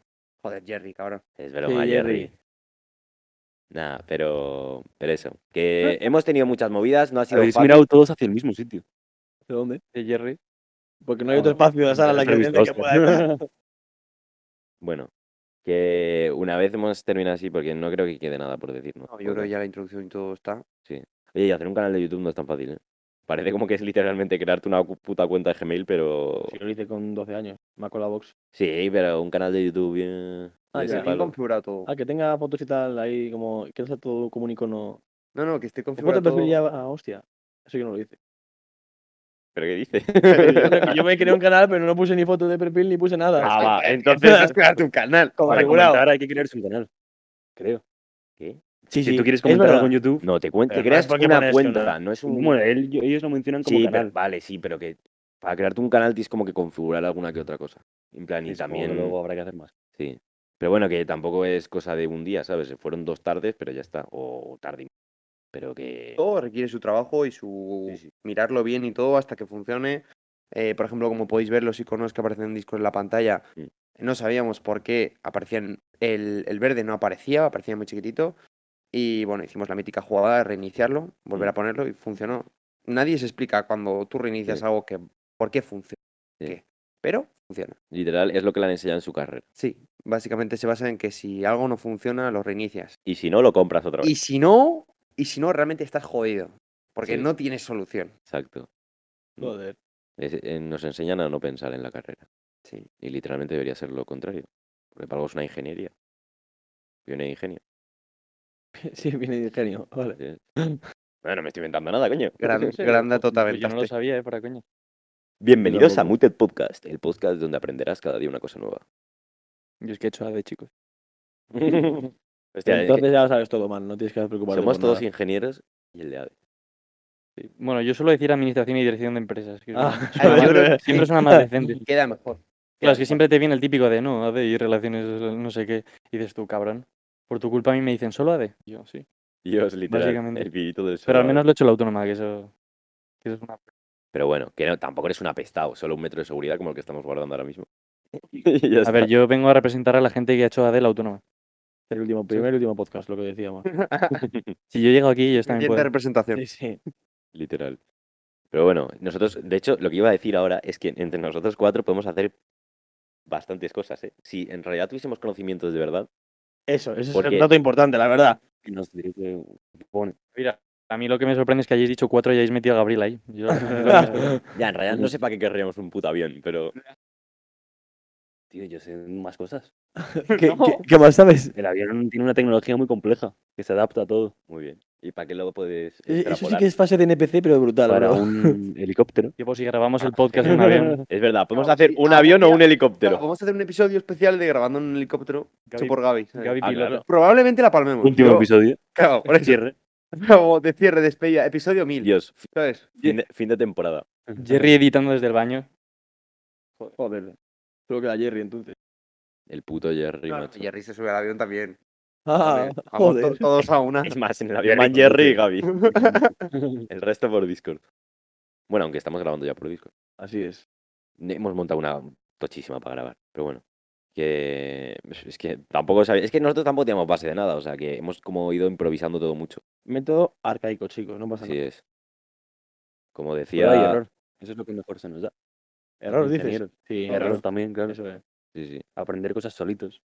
S5: Joder, Jerry, cabrón.
S2: es broma,
S1: Sí,
S2: Jerry.
S1: Jerry.
S2: Nah, pero, pero eso. Que hemos tenido muchas movidas, no ha sido
S3: Habéis
S2: fácil.
S3: mirado todos hacia el mismo sitio.
S1: ¿De dónde?
S4: De Jerry.
S1: Porque no hay otro espacio de la sala en la que,
S3: Entrevistados.
S1: gente que
S2: este.
S1: pueda estar.
S2: Bueno, que una vez hemos terminado así porque no creo que quede nada por decir, ¿no?
S5: No, yo creo que ya la introducción y todo está.
S2: Oye, y hacer un canal de YouTube no es tan fácil, ¿eh? Parece como que es literalmente crearte una cu- puta cuenta de Gmail, pero...
S1: Sí, lo hice con 12 años. Me acuerdo la box.
S2: Sí, pero un canal de YouTube bien...
S1: Ah, ya.
S2: de ese
S1: Bien
S5: Bien
S2: palo.
S5: configurado todo.
S1: Ah, que tenga fotos y tal ahí como... Que no sea todo como un icono...
S5: No, no, que esté
S1: Foto
S5: configurado
S1: de perfil
S5: todo.
S1: ya... Ah, hostia. Eso yo no lo hice.
S2: ¿Pero qué dices?
S1: yo me creé un canal, pero no puse ni foto de perfil ni puse nada.
S2: Ah, va,
S5: Entonces has creado un canal.
S3: Para
S1: Configurado.
S3: comentar hay que crearse un canal. Creo.
S1: Sí,
S3: Si
S1: sí,
S3: tú quieres
S1: es
S3: comentar
S1: verdad.
S3: algo en YouTube,
S2: No, te cuento,
S1: Pero no
S2: creas
S1: es porque
S2: una
S1: pones que no.
S2: cuenta, no es un...
S3: bueno, él- ellos lo mencionan como
S2: sí, pero-
S3: canal.
S2: vale, sí, pero que para crearte un canal tienes como que configurar alguna que otra cosa. En plan, y
S3: Sí, supongo que
S2: también...
S3: Luego habrá que hacer más.
S2: Sí. Pero bueno, que tampoco es cosa de un día, ¿sabes? Fueron dos tardes, pero ya está. O tarde. y- Pero que.
S5: Todo requiere su trabajo y su
S2: Sí, sí.
S5: mirarlo bien y todo hasta que funcione. Eh, por ejemplo, como podéis ver, los iconos que aparecen en Discord en la pantalla,
S2: Sí.
S5: no sabíamos por qué aparecían. El, el verde no aparecía, aparecía muy chiquitito. Y bueno, hicimos la mítica jugada de reiniciarlo, volver
S2: Mm.
S5: a ponerlo y funcionó. Nadie se explica cuando tú reinicias
S2: Sí.
S5: algo que por qué funciona.
S2: Sí.
S5: qué, Pero funciona.
S2: Literal, es lo que le han enseñado en su carrera.
S5: Sí, básicamente se basa en que si algo no funciona, lo reinicias.
S2: Y si no, lo compras otra vez.
S5: Y si no, y si no, realmente estás jodido. Porque
S2: Sí.
S5: no tienes solución.
S2: Exacto. Mm.
S1: Joder.
S2: Es- eh, nos enseñan a no pensar en la carrera.
S5: Sí.
S2: Y literalmente debería ser lo contrario. Porque para algo es una ingeniería. Viene de ingenio.
S1: Sí, viene de genio. Vale.
S2: Sí. Bueno, no me estoy inventando nada, coño.
S5: Gran,
S4: Sí,
S5: gran dato te
S4: Pues yo no lo
S5: aventaste.
S4: sabía, eh, para coña.
S2: Bienvenidos a
S1: Yo-
S2: Muted Podcast, el podcast donde aprenderás cada día una cosa nueva.
S4: Yo es que he hecho A de chicos.
S2: Hostia, es que
S1: Entonces ya lo sabes todo, man. No tienes que preocuparte.
S2: somos
S1: por
S2: todos
S1: nada.
S2: ingenieros y el de ADE.
S4: Sí. Bueno, yo suelo decir administración y dirección de empresas. que es
S1: Ah,
S4: una-
S5: Ah, yo creo que
S4: siempre suena más decente.
S5: Queda mejor.
S4: Claro, es que siempre te viene el típico de no, AD y relaciones no sé qué. Y dices tú, cabrón, por tu culpa a mí me dicen solo AD. Yo, sí.
S2: Dios, literal.
S4: Básicamente.
S2: El pibito del
S4: Pero al
S2: solar.
S4: menos lo he hecho la autónoma, que eso, que eso es una...
S2: Pero bueno, que no, tampoco eres un apestado, solo un metro de seguridad como el que estamos guardando ahora mismo. Y ya
S4: A ver,
S2: está.
S4: yo vengo a representar a la gente que ha hecho AD la autónoma.
S1: El último, primer y último podcast, lo que decíamos.
S4: Si yo llego aquí, yo también pues.
S5: Siguiente
S4: puedo.
S5: representación.
S1: Sí, sí.
S2: Literal. Pero bueno, nosotros, de hecho, lo que iba a decir ahora es que entre nosotros cuatro podemos hacer bastantes cosas, ¿eh? Si en realidad tuviésemos conocimientos de verdad,
S1: Eso, eso es
S2: Porque-
S1: un dato importante, la verdad.
S3: Y nos dirige un pone.
S4: Mira, a mí lo que me sorprende es que hayáis dicho cuatro y hayáis metido a Gabriel ahí. Yo- yo-
S2: ya, en realidad no sé para qué querríamos un puto avión, pero
S3: Tío, yo sé más cosas.
S1: ¿Qué, qué- qué más sabes?
S3: El avión tiene una tecnología muy compleja que se adapta a todo.
S2: muy bien. ¿Y para qué lo puedes
S1: Eh, Eso sí
S2: extrapolar?
S1: que es fase de NPC, pero brutal,
S3: Para
S1: bro.
S3: un helicóptero.
S4: Tipo, si grabamos el podcast en un avión,
S2: Es verdad, podemos
S5: Claro,
S2: hacer
S5: sí,
S2: un
S5: ah,
S2: avión o
S5: mira,
S2: un
S5: Claro,
S2: helicóptero.
S5: vamos a hacer un episodio especial de grabando en un helicóptero hecho
S4: Gaby-
S5: por Gaby. ¿sabes?
S4: Gaby
S2: Ah,
S4: Piloto.
S2: claro.
S5: Probablemente la palmemos.
S3: Último
S5: Yo-
S3: episodio.
S5: claro, por eso.
S3: Cierre.
S5: Como de cierre, despedida. Episodio 1000.
S2: Dios,
S5: ¿sabes?
S2: fin de, fin de temporada.
S4: Jerry editando desde el baño.
S1: Joder. Solo queda Jerry, entonces.
S2: El puto Jerry,
S5: Claro,
S2: macho.
S5: Jerry se sube al avión también.
S1: Ah,
S5: También. Vamos to-
S1: joder.
S5: todos a una.
S2: Es más, en el avión
S3: Jerry
S2: van Jerry y Gaby. El resto por Discord. Bueno, aunque estamos grabando ya por Discord.
S1: Así es.
S2: Ne- Hemos montado una tochísima para grabar, pero bueno. Que es que tampoco sabía, es que nosotros tampoco teníamos base de nada, o sea que hemos como ido improvisando todo mucho.
S1: Método arcaico, chicos, no pasa
S2: Así
S1: nada.
S2: es. Como
S3: Prueba y
S2: decía,
S3: error. Eso es lo que mejor se nos da.
S1: Error, dices.
S3: Ingeniero.
S1: Sí,
S3: Error también, claro.
S1: Eso es.
S2: sí, sí.
S3: Aprender cosas solitos.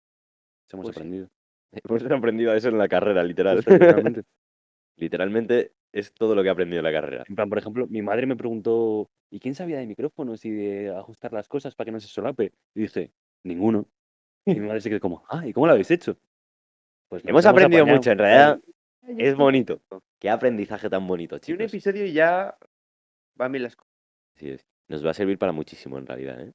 S3: Eso hemos
S1: Pues sí.
S3: aprendido.
S2: Hemos aprendido eso en la carrera, literal.
S3: Realmente.
S2: Literalmente es todo lo que he aprendido en la carrera.
S3: En plan, por ejemplo, mi madre me preguntó, ¿y quién sabía de micrófonos y de ajustar las cosas para que no se solape? Y dije, ninguno. Y mi madre se quedó como, ah, ¿y cómo lo habéis hecho? Pues nos
S2: Hemos aprendido
S3: apañado".
S2: mucho, en realidad es bonito. Qué aprendizaje tan bonito,
S5: Y un
S2: chicos.
S5: episodio y ya van bien las cosas.
S2: Así es. Nos va a servir para muchísimo en realidad, ¿eh?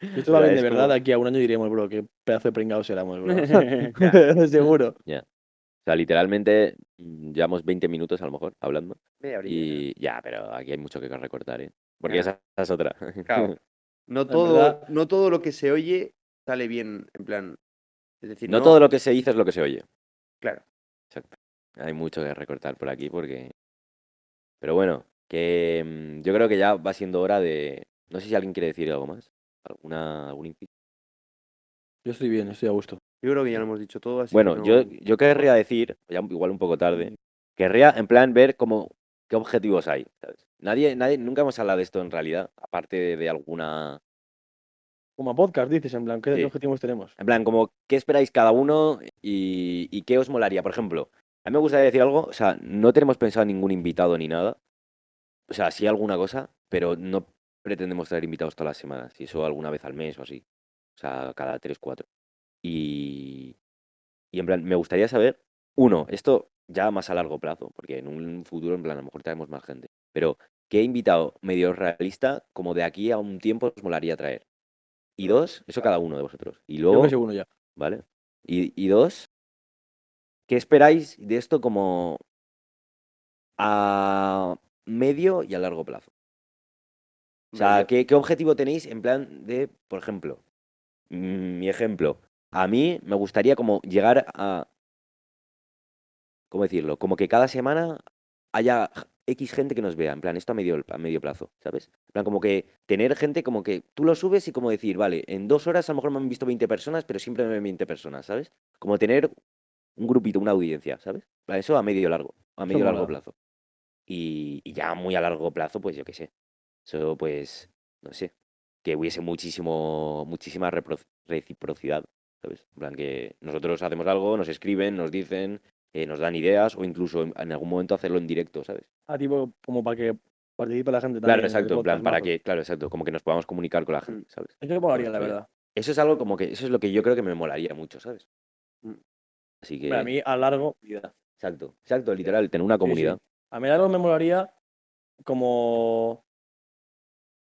S1: Esto va a venir
S2: es
S1: de verdad,
S2: como-
S1: aquí a un año diremos, bro, qué pedazo de pringados éramos, bro. Seguro.
S2: O sea, literalmente mm, llevamos 20 minutos a lo mejor hablando.
S5: Media ¿eh? horilla.
S2: Y ya, pero aquí hay mucho que recortar, ¿eh? Porque
S5: Ya.
S2: esa, esa es otra.
S5: Claro. No
S1: En
S5: todo,
S1: verdad-
S5: no todo lo que se oye sale bien, en plan. Es decir,
S2: no todo lo que se dice es lo que se oye.
S5: Claro.
S2: Exacto. Hay mucho que recortar por aquí porque... Pero bueno, que mm, yo creo que ya va siendo hora de... No sé si alguien quiere decir algo más. ¿Alguna, algún input?
S1: Yo estoy bien, estoy a gusto.
S5: Yo creo que ya lo hemos dicho todo. Así que
S2: Bueno,
S5: no-
S2: yo, yo querría decir, ya un- igual un poco tarde, querría en plan ver cómo, qué objetivos hay. ¿sabes? Nadie, nadie, nunca hemos hablado de esto en realidad, aparte de, de alguna...
S1: Como a podcast, dices, en plan, ¿qué
S2: Sí.
S1: objetivos tenemos?
S2: En plan, como qué esperáis cada uno y, y qué os molaría. Por ejemplo, a mí me gustaría decir algo, o sea, no tenemos pensado ningún invitado ni nada. O sea, sí alguna cosa, pero no pretendemos traer invitados todas las semanas, y eso alguna vez al mes o así. O sea, cada tres, cuatro. Y, y en plan, me gustaría saber, uno, esto ya más a largo plazo, porque en un futuro, en plan, a lo mejor traemos más gente, pero ¿qué invitado medio realista como de aquí a un tiempo os molaría traer? Y dos, eso cada uno de vosotros. Y
S1: Yo
S2: luego,
S1: que seguro ya.
S2: ¿vale? Y, y dos, ¿qué esperáis de esto como a medio y a largo plazo? O sea,
S5: Medio.
S2: ¿qué, qué objetivo tenéis en plan de, por ejemplo, mm, mi ejemplo, a mí me gustaría como llegar a, ¿cómo decirlo? Como que cada semana haya j- X gente que nos vea, en plan, esto a medio, a medio plazo, ¿sabes? En plan, como que tener gente como que tú lo subes y como decir, vale, en dos horas a lo mejor me han visto 20 personas, pero siempre me ven 20 personas, ¿sabes? Como tener un grupito, una audiencia, ¿sabes? En plan, Eso a medio largo, a medio largo
S1: mola.
S2: plazo. Y, y ya muy a largo plazo, pues yo qué sé. Eso pues, no sé, que hubiese muchísimo, muchísima repro- reciprocidad, ¿sabes? En plan, que nosotros hacemos algo, nos escriben, nos dicen, eh, nos dan ideas o incluso en en algún momento hacerlo en directo, ¿sabes?
S1: Ah, tipo, como para que participe la gente también.
S2: Claro, exacto, en plan, para que, claro, exacto, como que nos podamos comunicar
S1: Mm.
S2: con la gente, ¿sabes?
S1: Eso molaría, la
S2: Joder.
S1: verdad.
S2: Eso es algo como que, eso es lo que yo creo que me molaría mucho, ¿sabes?
S5: Mm.
S2: Así que,
S1: Para mí, a largo,
S2: exacto, exacto, literal, tener una
S1: sí.
S2: comunidad.
S1: a mí a largo me molaría como...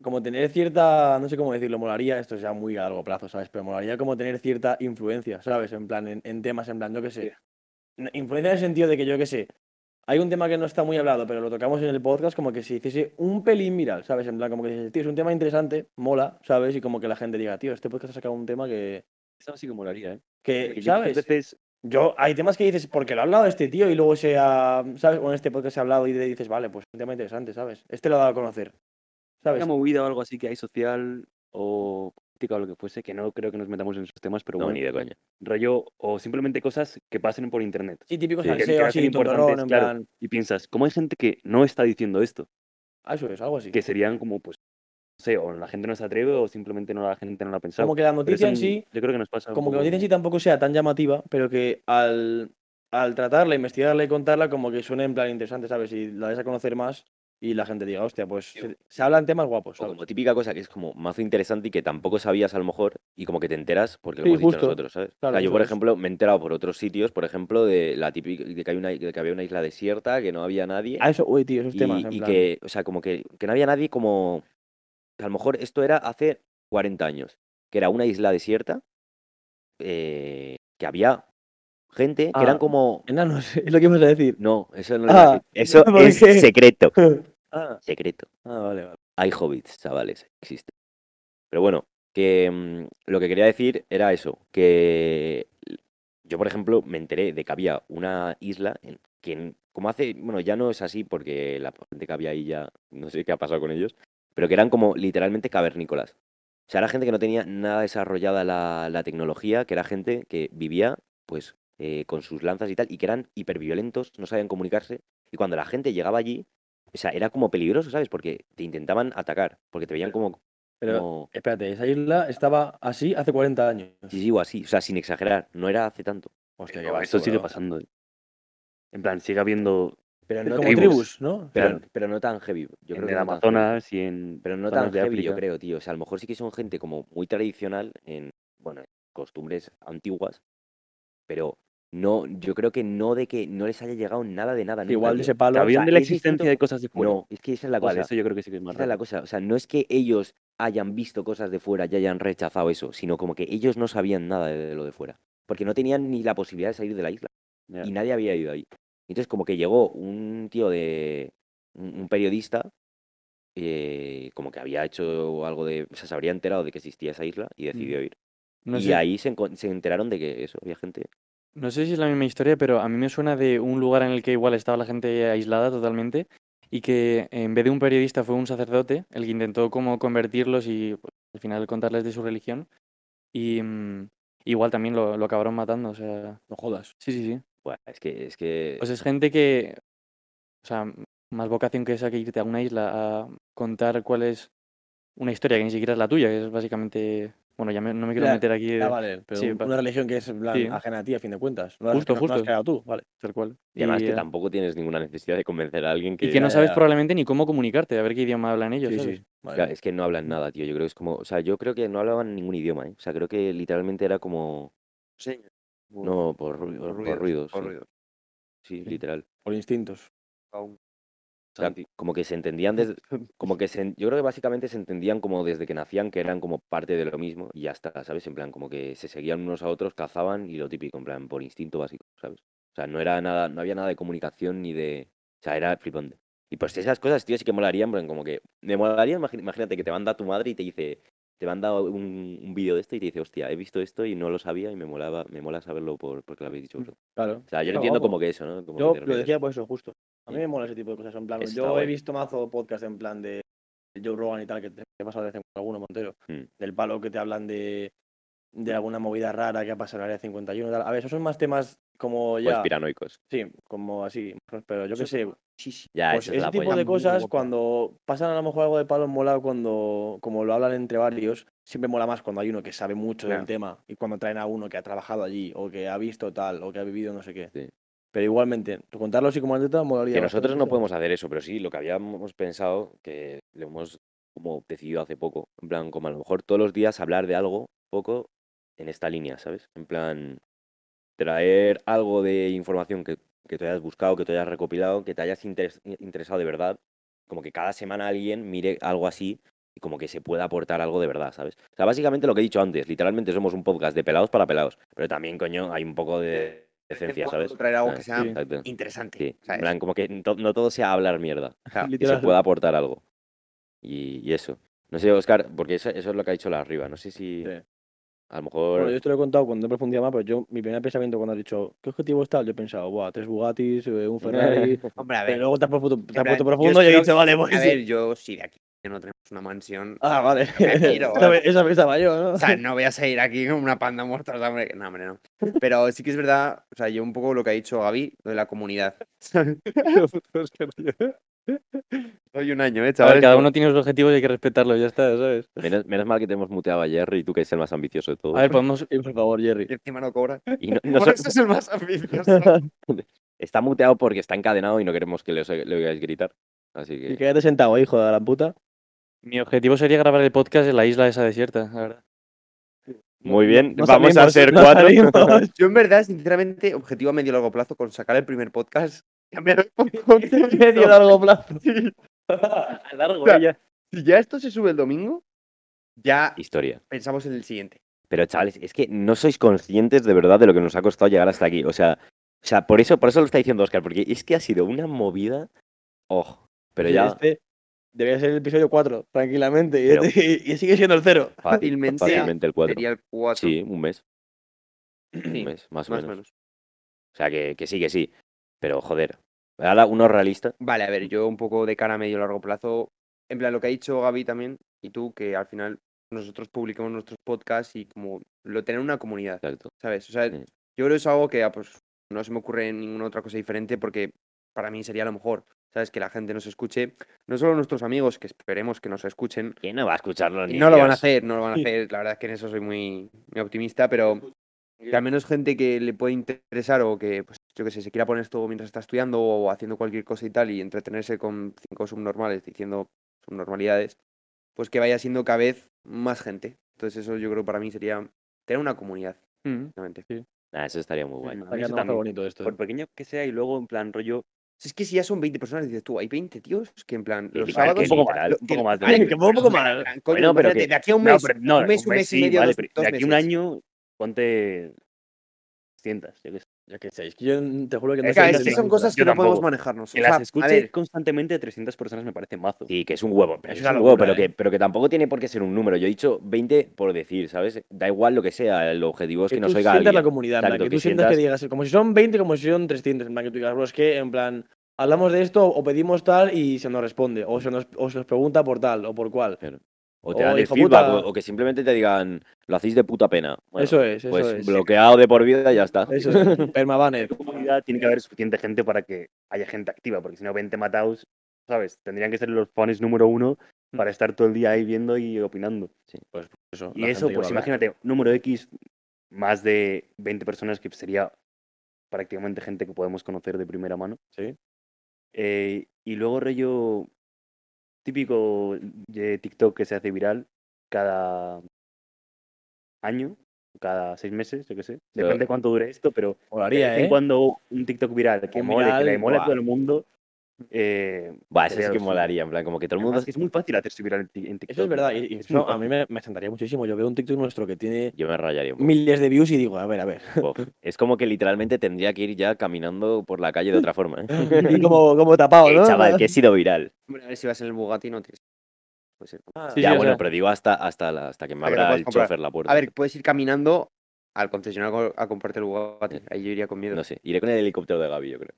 S1: Como tener cierta, no sé cómo decirlo, molaría, esto ya muy a largo plazo, ¿sabes? Pero molaría como tener cierta influencia, ¿sabes? En plan, en, en temas, en plan, yo qué sé. N- Influencia en el sentido de que yo qué sé. Hay un tema que no está muy hablado, pero lo tocamos en el podcast, como que si hiciese un pelín viral, ¿sabes? En plan, como que dices, tío, es un tema interesante, mola, ¿sabes? Y como que la gente diga, tío, este podcast ha sacado un tema que,
S3: Eso sí que molaría, ¿eh?
S1: que
S3: Porque yo muchas
S1: ¿sabes?
S3: veces-
S1: Yo, hay temas que dices, porque lo ha hablado este tío y luego se ha, ¿sabes? O en este podcast se ha hablado y te dices, vale, pues un tema interesante, ¿sabes? Este lo ha dado a conocer, ¿sabes?
S3: una movida o algo así que hay social o política o lo que fuese, que no creo que nos metamos en esos temas, pero
S2: No,
S3: bueno,
S2: ni de coña.
S3: rollo o simplemente cosas que pasen por internet.
S1: Sí, típico
S2: Sí.
S3: Que- que
S1: salseo,
S3: hacen
S1: así,
S3: importantes,
S1: tontorrón, en
S3: claro.
S1: plan...
S3: Y piensas, ¿cómo hay gente que no está diciendo esto?
S1: Ah, eso es, algo así.
S3: Que serían como, pues, no sé, o la gente no se atreve o simplemente no la gente no la ha pensado.
S1: Como que la
S3: Pero
S1: noticia en
S3: eso
S1: sí,
S3: Yo creo que nos pasa. un
S1: como que la
S3: poco
S1: noticia en sí tampoco sea tan llamativa, pero que al, al tratarla, investigarla y contarla, como que suene en plan interesante, ¿sabes? Y la des a conocer más y la gente diga, hostia, pues se, se hablan temas guapos,
S2: O
S1: ¿sabes?
S2: como típica cosa que es como mazo interesante y que tampoco sabías a lo mejor y como que te enteras porque lo
S1: Sí,
S2: hemos dicho
S1: justo.
S2: nosotros, ¿sabes? O sea,
S1: Claro,
S2: yo,
S1: eso
S2: por
S1: es.
S2: ejemplo, me he enterado por otros sitios, por ejemplo, de la típica de que, hay una, de que había una isla desierta, que no había nadie
S1: Ah, eso, uy, tío, esos
S2: y,
S1: temas, en
S2: y
S1: plan...
S2: que, o sea, como que, que no había nadie como... que a lo mejor esto era hace 40 años, que era una isla desierta, eh, que había gente que eran
S1: Ah.
S2: como...
S1: Enanos, es lo que ibas a decir.
S2: No, eso no lo iba
S1: Ah,
S2: a decir. Eso
S1: ¿por
S2: es
S1: qué?
S2: secreto,
S1: Ah,
S2: secreto.
S1: ah, vale, vale.
S2: Hay hobbits, chavales, existe. Pero bueno, que mm, lo que quería decir era eso, que l- yo, por ejemplo, me enteré de que había una isla en- que, en- como hace, bueno, ya no es así porque la gente que había ahí ya, no sé qué ha pasado con ellos, pero que eran como literalmente cavernícolas. O sea, era gente que no tenía nada desarrollada la, la tecnología, que era gente que vivía, pues, eh, con sus lanzas y tal, y que eran hiperviolentos, no sabían comunicarse, y cuando la gente llegaba allí, o sea, era como peligroso, ¿sabes? Porque te intentaban atacar, porque te veían como,
S1: Pero,
S2: como
S1: Espérate, esa isla estaba así hace 40 años.
S2: sí, sí, o así, o sea, sin exagerar, no era hace tanto.
S1: Hostia,
S3: Pero Eso sigue pasando. ¿eh? En plan, sigue habiendo
S2: Pero
S1: Es
S2: no
S1: como
S2: tan-
S1: tribus, ¿no?
S2: Pero, pero no tan heavy. Yo creo
S3: en
S2: que
S3: el
S2: no tan heavy.
S3: Amazonas y en.
S2: Pero no
S3: zonas
S2: tan
S3: de
S2: heavy, yo
S3: África.
S2: creo, tío. O sea, a lo mejor sí que son gente como muy tradicional en, bueno, en costumbres antiguas, pero no, yo creo que no de que no les haya llegado nada de nada. nunca,
S1: Igual de
S2: tío.
S1: ese palo.
S2: Claro,
S3: ¿Sabían
S2: sea,
S3: de la
S2: es distinto-
S3: existencia de cosas de fuera?
S2: No, es que esa es la
S3: Vale,
S2: cosa.
S3: eso yo creo que sí que es más
S2: Esa es la
S3: raro.
S2: cosa. O sea, no es que ellos hayan visto cosas de fuera y hayan rechazado eso, sino como que ellos no sabían nada de lo de fuera. Porque no tenían ni la posibilidad de salir de la isla
S3: Ya.
S2: y nadie había ido ahí. Entonces, como que llegó un tío de. un un periodista, eh, como que había hecho algo de. O sea, se habría enterado de que existía esa isla y decidió ir.
S4: Mm, No
S2: y
S4: sé,
S2: ahí se, encon- se enteraron de que eso, había gente.
S4: no sé si es la misma historia, pero a mí me suena de un lugar en el que igual estaba la gente aislada totalmente y que en vez de un periodista fue un sacerdote el que intentó como convertirlos y pues, al final contarles de su religión y mm, igual también lo, lo acabaron matando, o sea,
S1: No jodas.
S4: sí, sí, sí.
S2: Buah, es que. Es que
S4: Pues es gente que, o sea, m- más vocación que esa que irte a una isla a contar cuál es una historia que ni siquiera es la tuya, que es básicamente, bueno, ya me- no me quiero
S1: La-
S4: meter aquí de-
S2: Eh,
S1: Ah, vale, pero
S4: sí,
S1: un-
S4: va-
S1: una religión que es en plan,
S4: sí.
S1: ajena a ti, a fin de cuentas. No la has-
S4: Justo,
S1: no- no la has
S4: justo.
S1: creado tú, vale.
S4: tal cual.
S2: y además que
S4: eh,
S2: tampoco tienes ninguna necesidad de convencer a alguien que.
S4: y que no
S1: ya,
S4: sabes
S1: ya.
S4: probablemente ni cómo comunicarte, a ver qué idioma hablan ellos,
S1: Sí,
S4: ¿sabes?
S1: sí. vale.
S2: Claro, es que no hablan nada, tío. Yo creo que es como. O sea, yo creo que no hablaban ningún idioma, ¿eh? O sea, creo que literalmente era como.
S5: Señas.
S2: No, por, ruido, por ruidos.
S5: por
S2: sí.
S5: ruidos.
S2: Sí,
S4: Sí.
S2: literal.
S1: Por instintos.
S5: Aún.
S2: O sea,
S5: Santi.
S2: como que se entendían desde. Como que se, en- yo creo que básicamente se entendían como desde que nacían, que eran como parte de lo mismo y ya está, ¿sabes? En plan, como que se seguían unos a otros, cazaban y lo típico, en plan, por instinto básico, ¿sabes? O sea, no era nada, no había nada de comunicación ni de. O sea, era flipante. Y pues esas cosas, tío, sí que molarían, porque como que. Me molaría, imagi- imagínate que te manda tu madre y te dice. Te manda un, un vídeo de esto y te dice, hostia, he visto esto y no lo sabía y me molaba, me mola saberlo por, porque lo habéis dicho vosotros.
S1: Claro.
S2: O sea, yo
S1: Está
S2: entiendo
S1: guapo.
S2: como que eso, ¿no? Como que
S1: Mm. Yo
S2: te
S1: lo
S2: refieres.
S1: decía por eso, justo. A mí
S2: Sí.
S1: me mola ese tipo de cosas. En plan,
S2: Eso está
S1: yo he
S2: guay.
S1: visto mazo podcast en plan de Joe Rogan y tal, que te he pasado de vez en cuando alguno, Montero.
S2: Mm.
S1: Del palo que te hablan de, de
S2: Hmm.
S1: alguna movida rara que ha pasado en el área 51 y tal. A ver, esos son más temas como
S2: Pues
S1: ya.
S2: Conspiranoicos.
S1: Sí, como así. pues, Pero yo qué
S2: Eso-
S1: sé.
S2: Ya,
S1: Pues
S2: esa es
S1: ese
S2: la
S1: tipo
S2: polla.
S1: de cosas, cuando pasan a lo mejor algo de palo mola, cuando como lo hablan entre varios, siempre mola más cuando hay uno que sabe mucho
S5: Claro.
S1: del tema y cuando traen a uno que ha trabajado allí o que ha visto tal o que ha vivido no sé qué.
S2: Sí.
S1: Pero igualmente, contarlo así como anécdota molaría.
S2: Que
S1: bastante,
S2: nosotros no
S1: pero-
S2: podemos hacer eso, pero sí, lo que habíamos pensado, que lo hemos como decidido hace poco, en plan, como a lo mejor todos los días hablar de algo poco en esta línea, ¿sabes? En plan, traer algo de información que, que tú hayas buscado, que tú hayas recopilado, que te hayas interes- interesado de verdad, como que cada semana alguien mire algo así y como que se pueda aportar algo de verdad, ¿sabes? O sea, básicamente lo que he dicho antes, literalmente somos un podcast de pelados para pelados, pero también, coño, hay un poco de decencia, ¿sabes?
S5: Traer algo que
S2: Ah,
S5: sea
S1: sí.
S2: Exacto.
S5: interesante.
S2: Sí, en
S5: ¿sabes?
S2: plan, como que to- no todo sea hablar mierda,
S5: Claro.
S2: que se pueda aportar algo. Y, y eso. No sé, Oscar, porque eso, eso es lo que ha dicho la arriba. No sé si
S1: Sí.
S2: a lo mejor.
S1: Bueno, yo te lo he contado cuando he profundizado más, pero yo, mi primer pensamiento cuando has dicho, ¿qué objetivo está? Yo he pensado, buah, tres Bugattis, eh, un Ferrari.
S5: Hombre, a
S1: pero
S5: ver.
S1: luego te has puesto, te has
S5: en plan,
S1: puesto
S5: yo
S1: profundo y he
S5: espero-
S1: dicho, vale, pues.
S5: A
S1: sí".
S5: ver, yo sí, de aquí que no tenemos una mansión.
S1: Ah, vale.
S5: me piro,
S1: Esa pe- Esa pensaba yo, ¿no?
S5: O sea, no voy a seguir aquí con una panda muerta de hambre. No, hombre, no. Pero sí que es verdad, o sea, yo un poco lo que ha dicho Gaby, lo de la comunidad. Soy un año, ¿eh,
S4: A ver,
S5: chavales?
S4: cada uno tiene sus objetivos y hay que respetarlos, ya está, ¿sabes?
S2: Menos, menos mal que te hemos muteado a Jerry y tú que es el más ambicioso de todos.
S1: Pues,
S4: A ver, podemos...
S1: Sí, por favor, Jerry.
S5: Y encima no cobra.
S2: Y no- no
S5: Por
S2: so-
S5: eso es el más ambicioso.
S2: Está muteado porque está encadenado y no queremos que le, os- le oigáis gritar. Así
S1: Y
S2: que.
S1: quédate sentado, hijo de la gran puta.
S4: Mi objetivo sería grabar el podcast en la isla esa desierta, la verdad.
S2: Muy
S1: No-
S2: bien,
S1: no
S2: vamos a
S1: salimos,
S2: ser
S1: no
S2: cuatro.
S1: salimos.
S5: Yo, en verdad, sinceramente, objetivo a medio y largo plazo con sacar el primer podcast. Ya me doy por
S1: Medio
S5: contento.
S1: largo plazo.
S4: A largo,
S5: Claro.
S4: ya.
S5: Si ya esto se sube el domingo, ya
S2: Historia.
S5: pensamos en el siguiente.
S2: Pero chavales, es que no sois conscientes de verdad de lo que nos ha costado llegar hasta aquí. O sea, o sea, por eso, por eso lo está diciendo Oscar, porque es que ha sido una movida. Oh, pero
S1: Sí,
S2: ya.
S1: Este debería ser el episodio 4, tranquilamente. y
S2: Pero-
S1: este- Y, y sigue siendo el 0.
S2: fácil,
S5: fácilmente-
S2: fácilmente el 4.
S5: Sería el 4.
S2: Sí, un mes. Un
S5: Sí,
S2: mes, más,
S5: más
S2: o
S5: o
S2: menos.
S5: menos.
S2: O sea, que, que sí, que sí. Pero joder. Ahora uno realista.
S5: Vale, a ver, yo un poco de cara a medio y largo plazo, en plan lo que ha dicho Gaby también y tú, que al final nosotros publicamos nuestros podcasts y como lo tener una comunidad,
S2: Exacto.
S5: ¿sabes? O sea,
S2: Sí.
S5: yo creo que es algo que ah, pues, no se me ocurre ninguna otra cosa diferente porque para mí sería lo mejor, ¿sabes? Que la gente nos escuche, no solo nuestros amigos, que esperemos que nos escuchen,
S2: ¿Quién no va a escucharlo?
S5: y
S2: Ni
S5: no lo van a
S2: Dios?
S5: hacer, no lo van a hacer, la verdad es que en eso soy muy, muy optimista, pero que al menos gente que le puede interesar o que pues, yo que sé, se quiera poner esto mientras está estudiando o haciendo cualquier cosa y tal y entretenerse con cinco subnormales diciendo subnormalidades, pues que vaya siendo cada vez más gente. Entonces eso yo creo que para mí sería tener una comunidad,
S4: Mm.
S5: realmente.
S2: Nah, eso estaría muy guay.
S3: Bueno,
S1: Está
S3: eso
S1: quedando
S3: también,
S1: bastante bonito esto. ¿eh?
S3: Por pequeño que sea y luego en plan rollo...
S5: Si es que si ya son 20 personas, dices tú, hay 20 tíos que en plan,
S2: Que
S5: los
S2: li-
S5: sábados...
S2: que
S3: un poco
S2: literal-
S3: más, un poco más. de-
S5: Ay,
S1: que poco, poco más.
S5: Coño,
S3: Bueno, pero
S5: espérate,
S3: que-
S5: de aquí a un
S3: No,
S5: mes,
S3: pero no,
S5: un mes, un mes y
S3: sí,
S5: medio,
S3: vale,
S5: dos-
S3: pero
S5: dos
S3: de aquí a un
S5: meses.
S3: año, ponte 200, yo qué sé.
S1: Yo qué sé, es que yo te juro que no
S5: Es
S1: sé
S5: que,
S1: ni
S5: es
S1: lo
S5: que
S1: que
S5: son
S1: es.
S5: cosas que
S3: Yo
S5: no podemos
S3: tampoco.
S5: manejarnos.
S3: Que
S5: o sea,
S3: las
S5: a
S3: escuche
S5: ver,
S3: constantemente 300 personas me parece mazo.
S2: Sí, que es un huevo, pero
S1: Es
S2: es,
S1: una
S2: un huevo,
S1: locura,
S2: pero,
S1: ¿eh?
S2: que, pero que tampoco tiene por qué ser un número. Yo he dicho 20 por decir, ¿sabes? Da igual lo que sea, el objetivo es que,
S1: tú
S2: nos oiga
S1: sientas
S2: alguien.
S1: la comunidad, en plan,
S2: Exacto,
S1: que
S2: que
S1: tú sientas que
S2: sientas-
S1: digas, como si son 20, como si son 300, en plan, que tú digas, bro, es que, en plan, hablamos de esto o pedimos tal y se nos responde, o se nos, o se nos pregunta por tal o por cual.
S2: O te
S1: o
S2: dan el
S1: hijo
S2: feedback,
S1: puta.
S2: o, o que simplemente te digan, lo hacéis de puta pena. Bueno,
S1: eso es, eso
S2: pues
S1: es.
S2: bloqueado de por vida y ya está.
S1: Eso es, permabanet.
S3: En la comunidad tiene que haber suficiente gente para que haya gente activa, porque si no, 20 matados, ¿sabes? Tendrían que ser los fans número uno
S5: Mm.
S3: para estar todo el día ahí viendo y opinando.
S1: Pues eso,
S3: Y
S1: la
S3: eso,
S1: gente que
S3: pues
S1: lo habla.
S3: imagínate, número X, más de 20 personas, que sería prácticamente gente que podemos conocer de primera mano.
S1: Sí.
S3: Eh, y luego, rollo típico de TikTok que se hace viral cada año, cada seis meses, yo qué sé. Depende cuánto dure esto, pero de
S1: Molaría,
S3: vez en
S1: ¿eh?
S3: cuando un TikTok viral que
S1: Un
S3: mole, que le
S1: viral,
S3: mole a
S1: buah.
S3: todo el mundo. Eh,
S2: Va, eso
S3: Sería
S2: sí que
S3: lo
S2: molaría, en plan, como que todo el mundo...
S3: además que es muy fácil hacerse viral en ti- en TikTok.
S1: Eso es verdad, y, y
S3: Es
S1: eso
S3: muy
S1: a mí me, me encantaría muchísimo. Yo veo un TikTok nuestro que tiene
S2: Yo me rayaría un poco.
S1: miles de views y digo, a ver, a ver.
S2: Bof. Es como que literalmente tendría que ir ya caminando por la calle de otra forma. ¿eh?
S1: Y como, como tapado,
S2: Eh,
S1: ¿no?
S2: chaval, que he sido viral.
S5: hombre, a ver si vas en el Bugatti, no tienes. puede ser.
S1: Ah,
S4: Sí,
S2: ya,
S4: sí, o
S2: bueno,
S4: sea-
S2: pero digo hasta, hasta, la- hasta que me
S5: Hasta que lo
S2: abra
S5: puedas
S2: el
S5: comprar.
S2: chofer la puerta.
S5: A ver, puedes ir caminando al concesionario a comprarte el Bugatti. Ahí yo iría con miedo.
S2: no sé, iré con el helicóptero de Gaby, yo creo.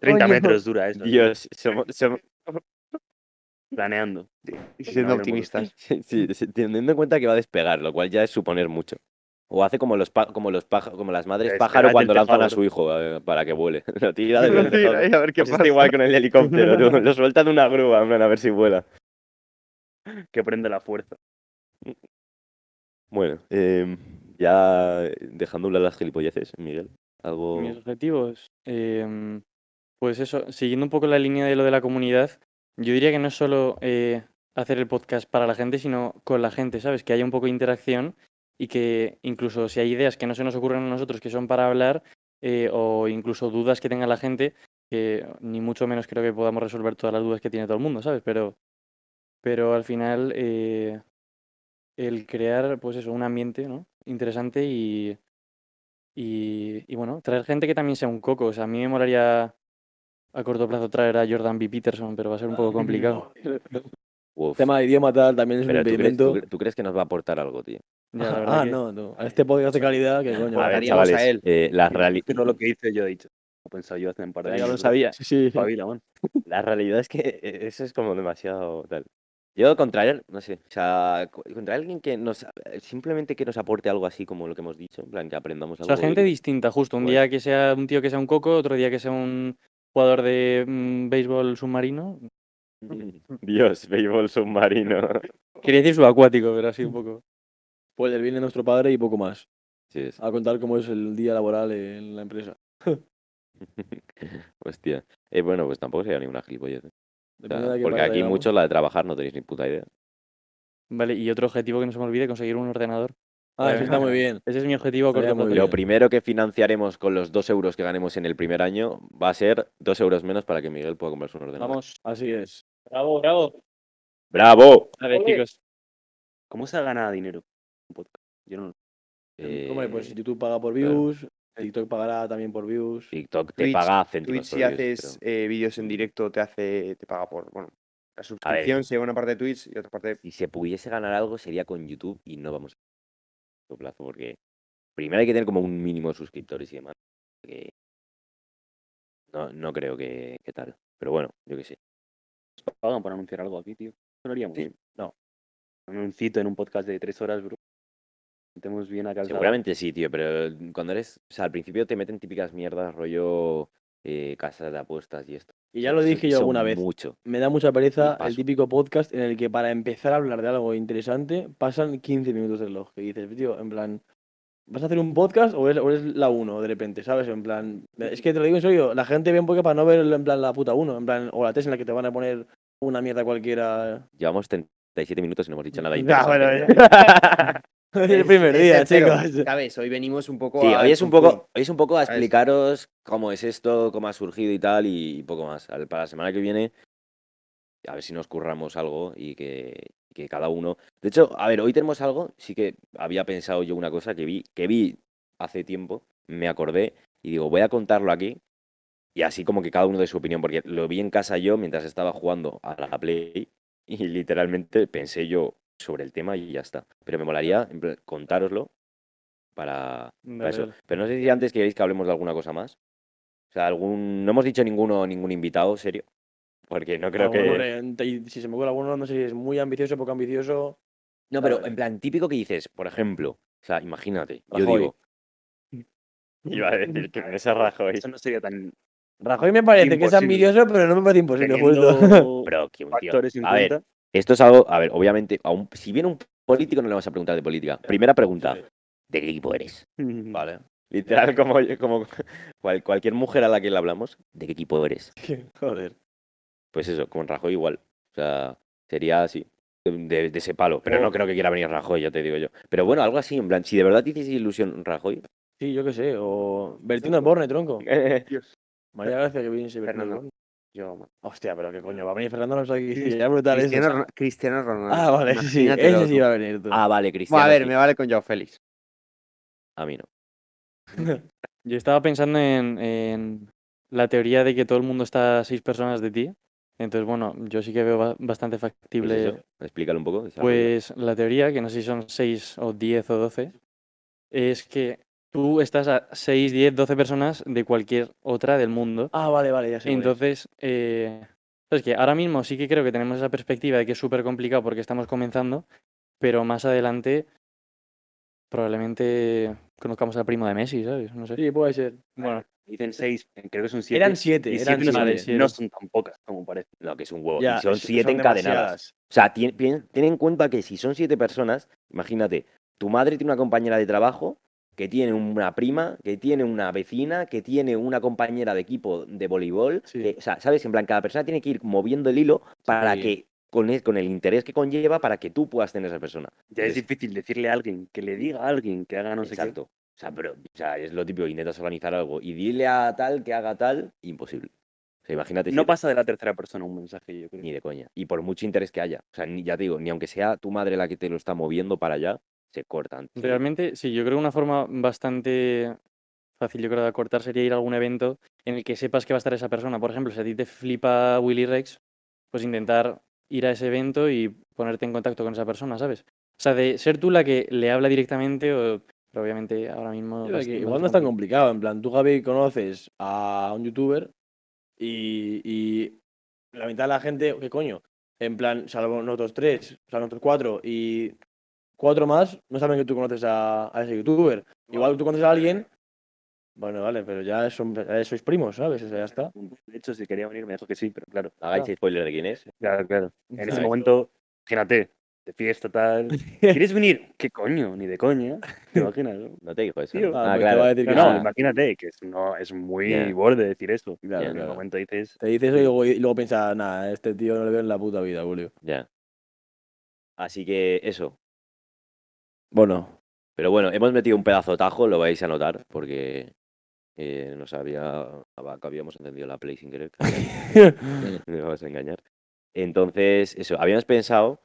S3: 30
S5: Coño.
S3: metros dura eso.
S2: Dios, somos, somos-
S3: Planeando.
S5: Siendo optimistas.
S2: sí, sí, teniendo en cuenta que va a despegar, lo cual ya es suponer mucho. O hace como los pa- como los paja- como las madres
S3: Despegar
S2: pájaro
S3: del
S2: cuando lanzan a
S3: tejado.
S2: su hijo eh, para que vuele. Lo tira desde
S5: Lo
S2: el tejado.
S5: tira ahí, a ver qué
S2: Pues está
S5: pasa.
S2: igual con el helicóptero, tú. lo sueltan de una grúa, en plan, a ver si vuela.
S3: Que prende la fuerza.
S2: Bueno, em, ya dejando a un lado las gilipolleces, Miguel.
S1: Oh.
S2: Algo.
S4: Mis objetivos. em, pues eso, siguiendo un poco la línea de lo de la comunidad, yo diría que no es solo eh, hacer el podcast para la gente, sino con la gente, ¿sabes? Que haya un poco de interacción y que incluso si hay ideas que no se nos ocurren a nosotros que son para hablar, eh, o incluso dudas que tenga la gente, que ni mucho menos creo que podamos resolver todas las dudas que tiene todo el mundo, ¿sabes? Pero, pero al final eh, el crear, pues eso, un ambiente, ¿no? Interesante y, y, y bueno, traer gente que también sea un coco. O sea, a mí me molaría a corto plazo traer a Jordan B. Peterson, pero va a ser un poco complicado.
S2: Uf,
S1: tema de idioma tal también es un
S2: pero ¿tú crees,
S1: impedimento.
S2: tú cre- tú crees que nos va a aportar algo, tío?
S4: Ya, la verdad
S1: ah,
S4: que-
S1: no, no. A este podcast de calidad, que coño.
S2: A ver,
S5: Haríamos
S2: chavales,
S5: a él.
S2: eh, las, reali-
S3: Pero lo que hice yo he dicho. Lo pensaba yo hace un par de años.
S2: Ya lo sabía.
S1: Sí, sí.
S3: Pabila, man.
S2: La realidad es que eh, eso es como demasiado tal. Yo contra él, no sé, o sea, co- contra alguien que nos, eh, simplemente que nos aporte algo así como lo que hemos dicho, en plan que aprendamos
S4: O
S2: algo.
S4: sea,
S2: de
S4: gente
S2: que-
S4: distinta, justo. Un
S2: Bueno.
S4: día que sea un tío que sea un coco, otro día que sea un jugador de mm, béisbol submarino.
S2: Dios, béisbol submarino.
S4: Quería decir subacuático, pero así un poco.
S1: Pues viene nuestro padre y poco más.
S2: Sí, es-
S1: A contar cómo es el día laboral en la empresa.
S2: hostia. Eh, bueno, pues tampoco sería ninguna gilipollez. ¿eh? O sea,
S1: Depende de qué
S2: porque
S1: parte
S2: aquí
S1: llegamos.
S2: muchos la de trabajar no tenéis ni puta idea.
S4: Vale, y otro objetivo que no se me olvide, conseguir un ordenador.
S1: Ah, eso está muy bien.
S4: Ese es mi objetivo a
S1: Estaría
S4: corto
S1: muy
S4: plazo.
S1: bien.
S2: Lo primero que financiaremos con los dos euros que ganemos en el primer año va a ser dos euros menos para que Miguel pueda comprarse un ordenador.
S4: Vamos.
S1: Así es.
S4: Bravo, bravo.
S2: ¡Bravo!
S4: A ver, chicos.
S3: ¿Cómo se gana dinero? en podcast? Yo no lo
S1: Eh,
S2: Eh,
S1: Hombre, pues YouTube paga por
S2: claro.
S1: views, TikTok pagará también por views.
S2: TikTok te
S5: Twitch-
S2: paga
S5: Twitch,
S2: céntimos por
S5: si
S2: views,
S5: haces
S2: pero-
S5: eh, vídeos en directo, te hace te paga por. Bueno, la suscripción se lleva una parte de Twitch y otra parte.
S2: Si se pudiese ganar algo sería con YouTube y no vamos a corto plazo porque primero hay que tener como un mínimo de suscriptores y demás. que No, no creo que, que tal. Pero bueno, yo qué sé.
S3: pagan por anunciar algo aquí, tío. Eso lo haríamos.
S2: Sí, no.
S3: Un anuncito en un podcast de tres horas, bro. Estemos bien a calzada.
S2: Seguramente sí, tío, pero cuando eres... O sea, al principio te meten típicas mierdas rollo eh, casas de apuestas y esto.
S1: Y ya lo dije yo alguna vez.
S2: Mucho.
S1: Me da mucha pereza el
S2: paso.
S1: típico podcast en el que para empezar a hablar de algo interesante pasan 15 minutos del reloj. Que dices, tío, en plan, ¿Vas a hacer un podcast o eres, o eres la 1 de repente, sabes? En plan, es que te lo digo en serio, la gente ve un podcast para no ver en plan la puta 1, en plan, o la tesis en la que te van a poner una mierda cualquiera.
S2: Llevamos 37 minutos y no hemos dicho nada.
S1: Ya, bueno,
S2: interesante.
S1: es el primer día,
S5: entero,
S1: chicos.
S5: ¿Sabes? Hoy venimos un poco
S2: Sí,
S5: a-
S2: hoy es, un poco, hoy es un poco a
S5: ver.
S2: explicaros cómo es esto, cómo ha surgido y tal, y poco más. Al- Para la semana que viene, a ver si nos curramos algo y que, que cada uno. De hecho, a ver, hoy tenemos algo. Sí que había pensado yo una cosa que vi, que vi hace tiempo, me acordé y digo, voy a contarlo aquí. Y así como que cada uno de su opinión, porque lo vi en casa yo mientras estaba jugando a la Play y literalmente pensé yo sobre el tema y ya está. Pero me molaría en plan, contároslo para, para eso. Pero no sé si antes queréis que hablemos de alguna cosa más. O sea, algún. No hemos dicho ninguno, ningún invitado, serio. Porque no creo
S1: Ah, bueno,
S2: que.
S1: hombre, y si se me ocurre alguno, no sé si es muy ambicioso, poco ambicioso.
S2: No,
S1: Claro.
S2: pero en plan, típico que dices, por ejemplo. O sea, imagínate, yo
S1: Rajoy.
S2: digo. Iba a decir que me se Rajoy.
S3: Eso no sería tan.
S1: Rajoy me parece que es
S3: Imposible.
S1: ambicioso, pero no me parece imposible, justo.
S3: teniendo
S2: Pero que un tío.
S3: factores en
S2: A ver,
S3: cuenta.
S2: esto es algo. A ver, obviamente, a un- si viene un político, no le vamos a preguntar de política. Primera pregunta: ¿de qué equipo eres? Vale. Literal, como, como cual- cualquier mujer a la que le hablamos, ¿de qué equipo eres?
S1: Joder.
S2: Pues eso, con Rajoy igual. O sea, sería así. De, de ese palo. Pero no creo que quiera venir Rajoy, ya te digo yo. Pero bueno, algo así, en plan, si de verdad te hiciese ilusión Rajoy.
S1: Sí, yo qué sé, o Bertino Borne, tronco.
S3: Dios.
S1: María Gracia que viene ese Bertino
S5: Fernando.
S1: Borne.
S5: Yo, man.
S1: Hostia, pero qué coño, va a venir Fernando Alonso aquí. Sería brutal eso.
S5: Cristiano, Ron- Cristiano Ronaldo.
S1: Ah, vale, sí, sí,
S5: Imagínatelo
S1: ese sí
S5: tú.
S1: va a venir tú.
S2: ah, vale, Cristiano.
S5: Bueno, a ver,
S2: sí.
S5: me vale con Joao Félix.
S2: A mí no.
S4: Yo estaba pensando en, en la teoría de que todo el mundo está a seis personas de ti. Entonces, bueno, yo sí que veo ba- bastante
S2: Pues
S4: factible
S2: eso, explícalo un poco. desarrolla.
S4: Pues la teoría, que no sé si son 6 o 10 o 12, es que tú estás a 6, 10, 12 personas de cualquier otra del mundo.
S1: Ah, vale, vale, ya sé. cuál es.
S4: Entonces, eh, sabes que ahora mismo sí que creo que tenemos esa perspectiva de que es súper complicado porque estamos comenzando, pero más adelante probablemente conozcamos al primo de Messi, ¿sabes? No sé.
S1: Sí, puede ser.
S4: Bueno,
S3: Dicen seis, creo que son siete.
S1: Eran siete,
S3: Y
S1: eran
S3: siete no, son,
S1: siete.
S4: vale, siete.
S3: no son tan pocas como parece.
S2: No, que es un huevo.
S1: Ya,
S2: y son
S1: es-
S2: siete encadenadas.
S1: demasiadas.
S2: O sea, tien- pien- ten en cuenta que si son siete personas, imagínate, tu madre tiene una compañera de trabajo que tiene una prima, que tiene una vecina, que tiene una compañera de equipo de voleibol.
S4: Sí.
S2: que- o sea, ¿sabes? En plan, cada persona tiene que ir moviendo el hilo para
S4: Sí.
S2: que, con el, con el interés que conlleva, para que tú puedas tener esa persona.
S3: Ya es
S2: Entonces,
S3: difícil decirle a alguien que le diga a alguien que haga no sé
S2: Exacto. O sea, pero, o sea, es lo típico, intentas organizar algo y dile a tal que haga tal, imposible. O sea, imagínate.
S3: qué. No
S2: siete.
S3: pasa de la tercera persona un mensaje, yo creo.
S2: Ni de coña. Y por mucho interés que haya. O sea, ni, ya te digo, ni aunque sea tu madre la que te lo está moviendo para allá, se cortan.
S4: Realmente, sí, yo creo que una forma bastante fácil, yo creo, de acortar sería ir a algún evento en el que sepas que va a estar esa persona. Por ejemplo, si a ti te flipa Willy Rex, pues intentar ir a ese evento y ponerte en contacto con esa persona, ¿sabes? O sea, de ser tú la que le habla directamente, o... pero obviamente ahora mismo...
S1: Yo creo
S4: vas-
S1: que
S4: vas
S1: igual no es tan
S4: bastante-
S1: complicado. En plan, tú, Javi, conoces a un youtuber y, y la mitad de la gente, ¿qué coño? En plan, salvo nosotros tres, o sea, nosotros cuatro y cuatro más, no saben que tú conoces a, a ese youtuber. Igual tú conoces a alguien, bueno, vale, pero ya, son, ya sois primos, ¿sabes? O sea, ya está.
S3: De hecho, si quería venir me dijo que sí, pero claro.
S2: Hagáis spoiler de quién es.
S3: Claro, claro. En ese
S1: Ay.
S3: momento, imagínate, de fiesta tal. ¿Quieres venir? ¿Qué coño? Ni de coña. ¿Te imaginas? no?
S2: No te dijo eso.
S3: Tío.
S2: ¿no?
S1: Ah,
S2: Ah,
S1: pues te
S2: claro.
S1: va a decir
S3: No,
S1: que
S3: no,
S1: sí.
S3: imagínate que es, no, es muy
S2: Ya.
S3: borde decir eso.
S1: Claro,
S2: Ya,
S3: en el
S1: claro.
S3: momento dices,
S1: Te dice eso y luego, y luego piensa, nada, este tío no le veo en la puta vida, Julio.
S2: Ya. Así que eso.
S1: Bueno,
S2: Pero bueno, hemos metido un pedazo de tajo, lo vais a notar, porque eh, no sabía ah, que habíamos encendido la play sin querer. Me vas a engañar. Entonces, eso, habíamos pensado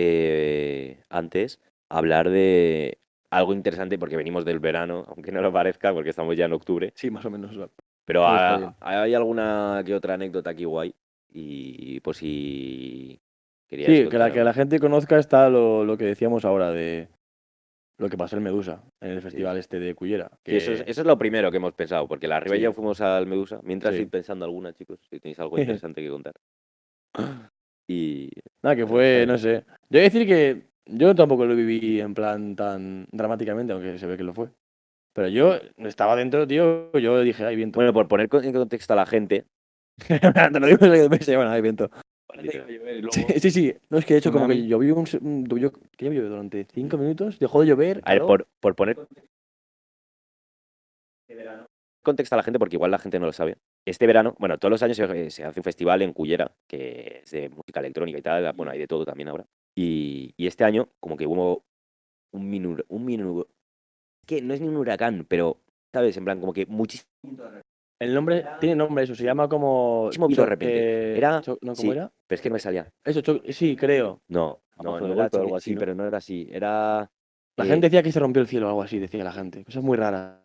S2: eh, antes hablar de algo interesante, porque venimos del verano, aunque no lo parezca, porque estamos ya en octubre.
S1: sí, más o menos.
S2: Pero
S1: Pues
S2: a-
S1: está bien.
S2: hay alguna que otra anécdota aquí guay. Y por si querías.
S1: Sí, que la,
S2: contar
S1: que
S2: algo.
S1: la gente conozca está lo, lo que decíamos ahora de lo que pasó en Medusa, en el festival este de Cullera.
S2: Sí, eso, es,
S1: que-
S2: eso es lo primero que hemos pensado, porque la arriba
S1: Sí.
S2: ya fuimos al Medusa. Mientras
S1: Sí.
S2: estoy pensando alguna, chicos, si tenéis algo interesante que contar. Y
S1: Nada, que fue, no sé. Yo voy a decir que yo tampoco lo viví en plan tan dramáticamente, aunque se ve que lo fue. Pero yo estaba dentro, tío, yo dije, hay viento.
S2: bueno, por poner con- en contexto a la gente,
S1: te lo digo en serio, me dice, bueno, hay viento.
S2: literal,
S1: Sí, sí, sí. No, es que de hecho como que
S4: Tsunami.
S1: llovió un... se- un- llovió- ¿qué llovió? Durante cinco minutos, dejó de llover.
S2: A ver,
S1: paró.
S2: por, por poner contexto a la gente porque igual la gente no lo sabe. Este verano, bueno, todos los años se, se hace un festival en Cullera, que es de música electrónica y tal, bueno, hay de todo también ahora. Y, y este año, como que hubo un minu, un minu, que no es ni un huracán, pero, ¿sabes? En plan, como que muchísimo,
S1: El nombre tiene nombre, eso se llama como.
S2: Muchísimo vino de repente.
S1: choque-
S2: Era-
S1: cho- ¿No, cómo
S2: sí.
S1: era?
S2: pero es que no me salía.
S1: Eso, choque- sí, creo.
S2: No, no,
S1: Abajo
S2: no
S1: del
S2: era
S1: golpe o algo
S2: choque-
S1: así,
S2: sí,
S1: ¿no?
S2: pero no era así, era...
S1: La
S2: eh,
S1: gente decía que se rompió el cielo o algo así, decía la gente. Cosas muy raras.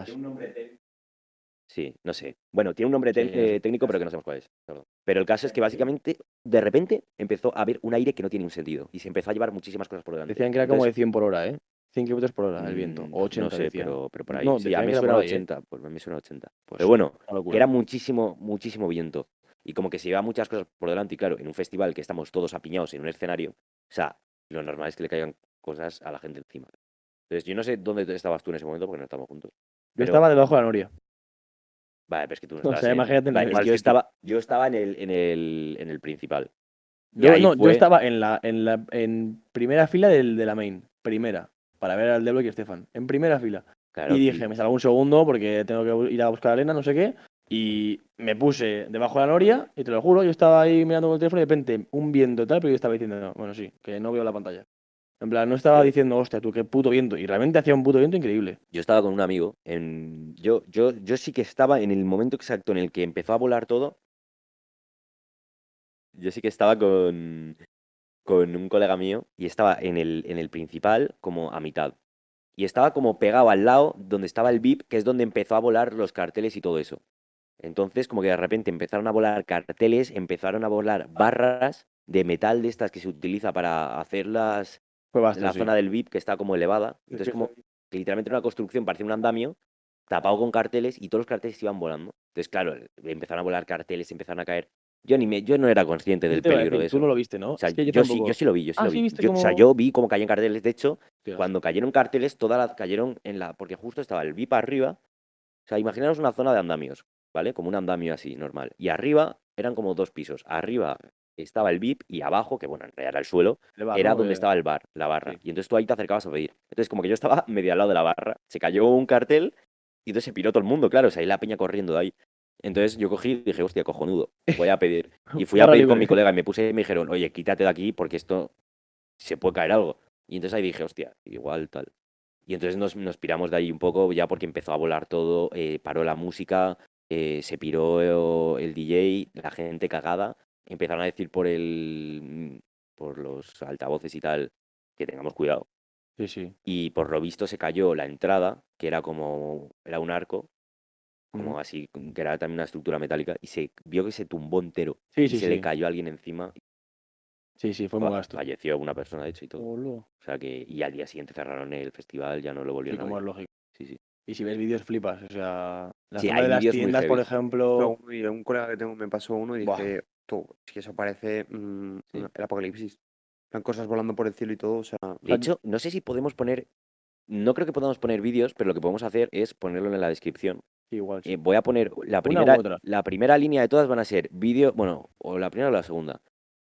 S2: Sí, no sé. Bueno, tiene un nombre tec-
S1: Sí, no sé.
S2: eh, técnico, pero que no sabemos cuál es. perdón. Pero el caso es que básicamente, de repente, empezó a haber un aire que no tiene un sentido y se empezó a llevar muchísimas cosas por delante.
S1: Decían que era como de 100 por hora, ¿eh? 100 kilómetros por hora el viento.
S2: Mm,
S1: O 80,
S2: No sé,
S1: decían.
S2: pero, pero por ahí.
S1: No,
S2: sí,
S1: decían
S2: a mí
S1: que
S2: me
S1: era
S2: suena
S1: por ahí, ¿eh?
S2: 80. Pues a mí me suena 80.
S1: Pues
S2: Pero bueno,
S1: una locura.
S2: que era muchísimo, muchísimo viento. Y como que se lleva muchas cosas por delante. Y claro, en un festival que estamos todos apiñados en un escenario, o sea, lo normal es que le caigan cosas a la gente encima. Entonces, yo no sé dónde tú estabas tú en ese momento porque no estábamos juntos.
S1: Yo
S2: pero-
S1: estaba debajo de la noria.
S2: Vale, pero es que tú no
S1: O sea,
S2: estabas. en-
S1: imagínate en
S2: Vale,
S1: el
S2: es que
S1: mal
S2: yo
S1: sitio. este.
S2: estaba, yo estaba en el, en el, en el principal. Y
S1: Yo,
S2: ahí
S1: no, yo
S2: fue-
S1: estaba en la, en la en primera fila del, de la main. Primera. Para ver al Deblo y Estefan. En primera fila.
S2: claro,
S1: y dije, me salgo un segundo porque tengo que bu- ir a buscar a Elena, no sé qué. Y me puse debajo de la noria y te lo juro, yo estaba ahí mirando con el teléfono y de repente un viento tal, pero yo estaba diciendo, "No, bueno, sí, que no veo la pantalla. En plan, no estaba diciendo, hostia, tú qué puto viento. Y realmente hacía un puto viento increíble.
S2: Yo estaba con un amigo. En... Yo, yo, yo sí que estaba en el momento exacto en el que empezó a volar todo. Yo sí que estaba con, con un colega mío y estaba en el, en el principal como a mitad. Y estaba como pegado al lado donde estaba el VIP, que es donde empezó a volar los carteles y todo eso. Entonces, como que de repente empezaron a volar carteles, empezaron a volar barras de metal de estas que se utiliza para hacer las,
S1: Fue
S2: en la
S1: bastante.
S2: zona del VIP que está como elevada. Entonces, como que literalmente era una construcción, parecía un andamio, tapado con carteles y todos los carteles se iban volando. Entonces, claro, el- empezaron a volar carteles, empezaron a caer. Yo, ni me, yo no era consciente del peligro de eso.
S1: Tú no lo viste, ¿no?
S2: O sea,
S1: Es que
S2: yo, sí,
S1: tampoco.
S2: yo sí lo vi, yo sí
S1: Ah,
S2: lo
S1: sí
S2: vi.
S1: viste
S2: Yo- O sea,
S1: cómo-
S2: yo vi cómo caían carteles. De hecho,
S1: Hostia.
S2: cuando cayeron carteles, todas las cayeron en la. Porque justo estaba el VIP arriba. O sea, imaginaros una zona de andamios, ¿vale? Como un andamio así, normal. Y arriba eran como dos pisos. Arriba estaba el VIP y abajo, que bueno, en realidad era el suelo,
S1: Le va,
S2: era
S1: ¿no?
S2: donde
S1: Eh,
S2: estaba el bar, la barra.
S1: sí.
S2: Y entonces tú ahí te acercabas a pedir. Entonces, como que yo estaba medio al lado de la barra, se cayó un cartel y entonces se piró todo el mundo, claro. O sea, ahí la peña corriendo de ahí. Entonces yo cogí y dije, hostia, cojonudo, voy a pedir. Y fui a
S1: Barra
S2: pedir con
S1: libre.
S2: mi colega y me puse y me dijeron, oye, quítate de aquí porque esto se puede caer algo. Y entonces ahí dije, hostia, igual tal. Y entonces nos, nos piramos de ahí un poco ya porque empezó a volar todo, eh, paró la música, eh, se piró eh, el DJ, la gente cagada. Empezaron a decir por el mm, por los altavoces y tal que tengamos cuidado.
S1: Sí, sí.
S2: Y por lo visto se cayó la entrada, que era como era un arco, como así, que era también una estructura metálica, y se vio que se tumbó entero
S1: Sí,
S2: y
S1: sí,
S2: se
S1: sí.
S2: le cayó a alguien encima.
S1: Sí, sí, fue
S2: Fa-
S1: muy gasto.
S2: Falleció una persona, de hecho, y todo.
S1: Boludo.
S2: O sea que, y al día siguiente cerraron el festival, ya no lo
S1: Sí,
S2: volvieron
S1: como
S2: a
S1: es
S2: abrir.
S1: lógico.
S2: Sí, sí.
S1: Y si ves vídeos flipas, o sea, la
S2: Sí,
S1: zona
S2: hay
S1: de las
S2: vídeos muy
S1: tiendas, por
S2: heavies.
S1: ejemplo,
S5: Yo, y un colega que tengo me pasó uno y
S1: Buah.
S5: dije, tú, es que eso parece mm,
S2: Sí.
S5: una- el apocalipsis. En plan, cosas volando por el cielo y todo, o sea,
S2: De hecho, no sé si podemos poner, no creo que podamos poner vídeos, pero lo que podemos hacer es ponerlo en la descripción.
S1: sí, igual. sí.
S2: Eh, voy a poner la
S1: u otra.
S2: primera, la primera línea de todas van a ser vídeo, bueno, o la primera o la segunda.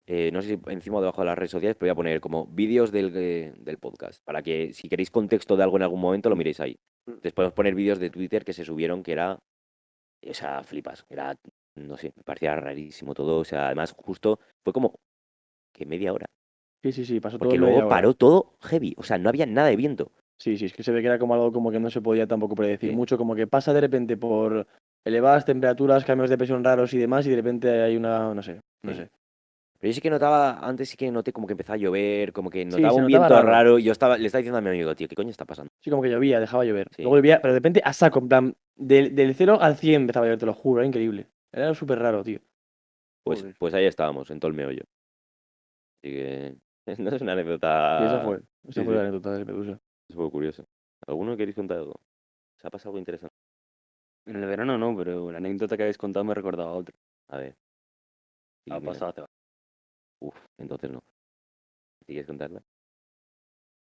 S2: Eh, no sé si encima o debajo de las redes sociales, pero voy a poner como vídeos del, eh, del podcast, para que si queréis contexto de algo en algún momento lo miréis ahí.
S1: Mm.
S2: Entonces podemos poner vídeos de Twitter que se subieron que era, o sea, flipas, era, no sé, me parecía rarísimo todo, o sea, además justo fue como que media hora,
S1: Sí, sí, sí, pasó todo
S2: porque
S1: en media
S2: luego
S1: hora.
S2: paró todo heavy, o sea, no había nada de viento.
S1: Sí, sí, es que se ve que era como algo como que no se podía tampoco predecir
S2: Sí.
S1: mucho, como que pasa de repente por elevadas temperaturas, cambios de presión raros y demás, y de repente hay una, no sé, no
S2: Sí.
S1: sé.
S2: Pero yo sí que notaba, antes sí que noté como que empezaba a llover, como que notaba
S1: se
S2: un
S1: notaba
S2: viento
S1: raro.
S2: raro. y yo estaba, le estaba diciendo a mi amigo, tío, ¿qué coño está pasando?
S1: Sí, como que llovía, dejaba llover.
S2: Sí.
S1: Luego llovía, pero de repente a saco, en plan, del, del 0 al 100 empezaba a llover, te lo juro, era increíble. Era súper raro, tío.
S2: Pues,
S5: Joder.
S2: pues ahí estábamos, en todo el meollo. Así que no es una
S1: Y
S2: anécdota.
S1: esa fue, esa
S2: Ah, sí,
S1: fue la
S2: sí.
S1: anécdota de Medusa.
S2: un poco curiosa. ¿Alguno queréis contar algo? ¿Se ha pasado algo interesante?
S4: En el verano no, pero la anécdota que habéis contado me recordaba a otra.
S2: A ver. Sí,
S3: Ah,
S4: Ha
S2: mira,
S3: pues
S4: pasado hace
S2: Uf, entonces no. ¿Sí ¿Quieres contarla?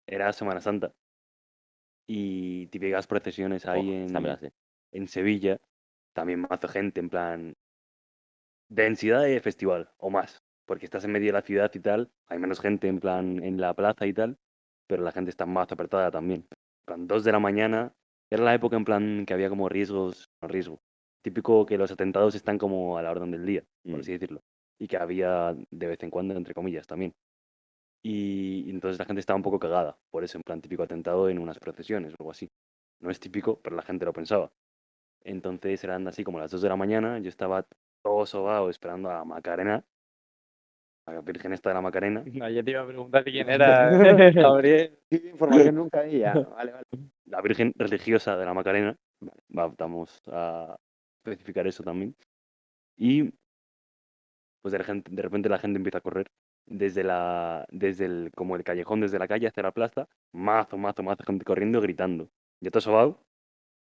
S4: era Semana Santa. Y típicas procesiones ahí
S2: Oh,
S4: en,
S2: esta me la sé.
S4: en Sevilla. También mazo gente, en plan. Densidad de festival, o más. Porque estás en medio de la ciudad y tal. Hay menos gente, en plan, en la plaza y tal. Pero la gente está más apretada también. En plan, dos de la mañana,
S3: Era la época en plan que había como riesgos, no riesgo. Típico que los atentados están como a la orden del día, por
S2: Mm.
S3: así decirlo. Y que había de vez en cuando, entre comillas, también. Y, y entonces la gente estaba un poco cagada. Por eso, en plan, típico atentado en unas procesiones o algo así. No es típico, pero la gente lo pensaba. Entonces eran así como las 2 de la mañana. Yo estaba todo sobao esperando a Macarena. A la Virgen esta de la Macarena.
S4: No, yo te iba a preguntar quién era eh, Gabriel.
S5: Información nunca había. Vale, vale.
S3: la Virgen religiosa de la Macarena. Va- Vamos a especificar eso también. Y pues de, la gente- de repente la gente empieza a correr desde la desde el como el callejón desde la calle hacia la plaza, mazo, mazo, mazo, gente corriendo, gritando. Yo todo sobao,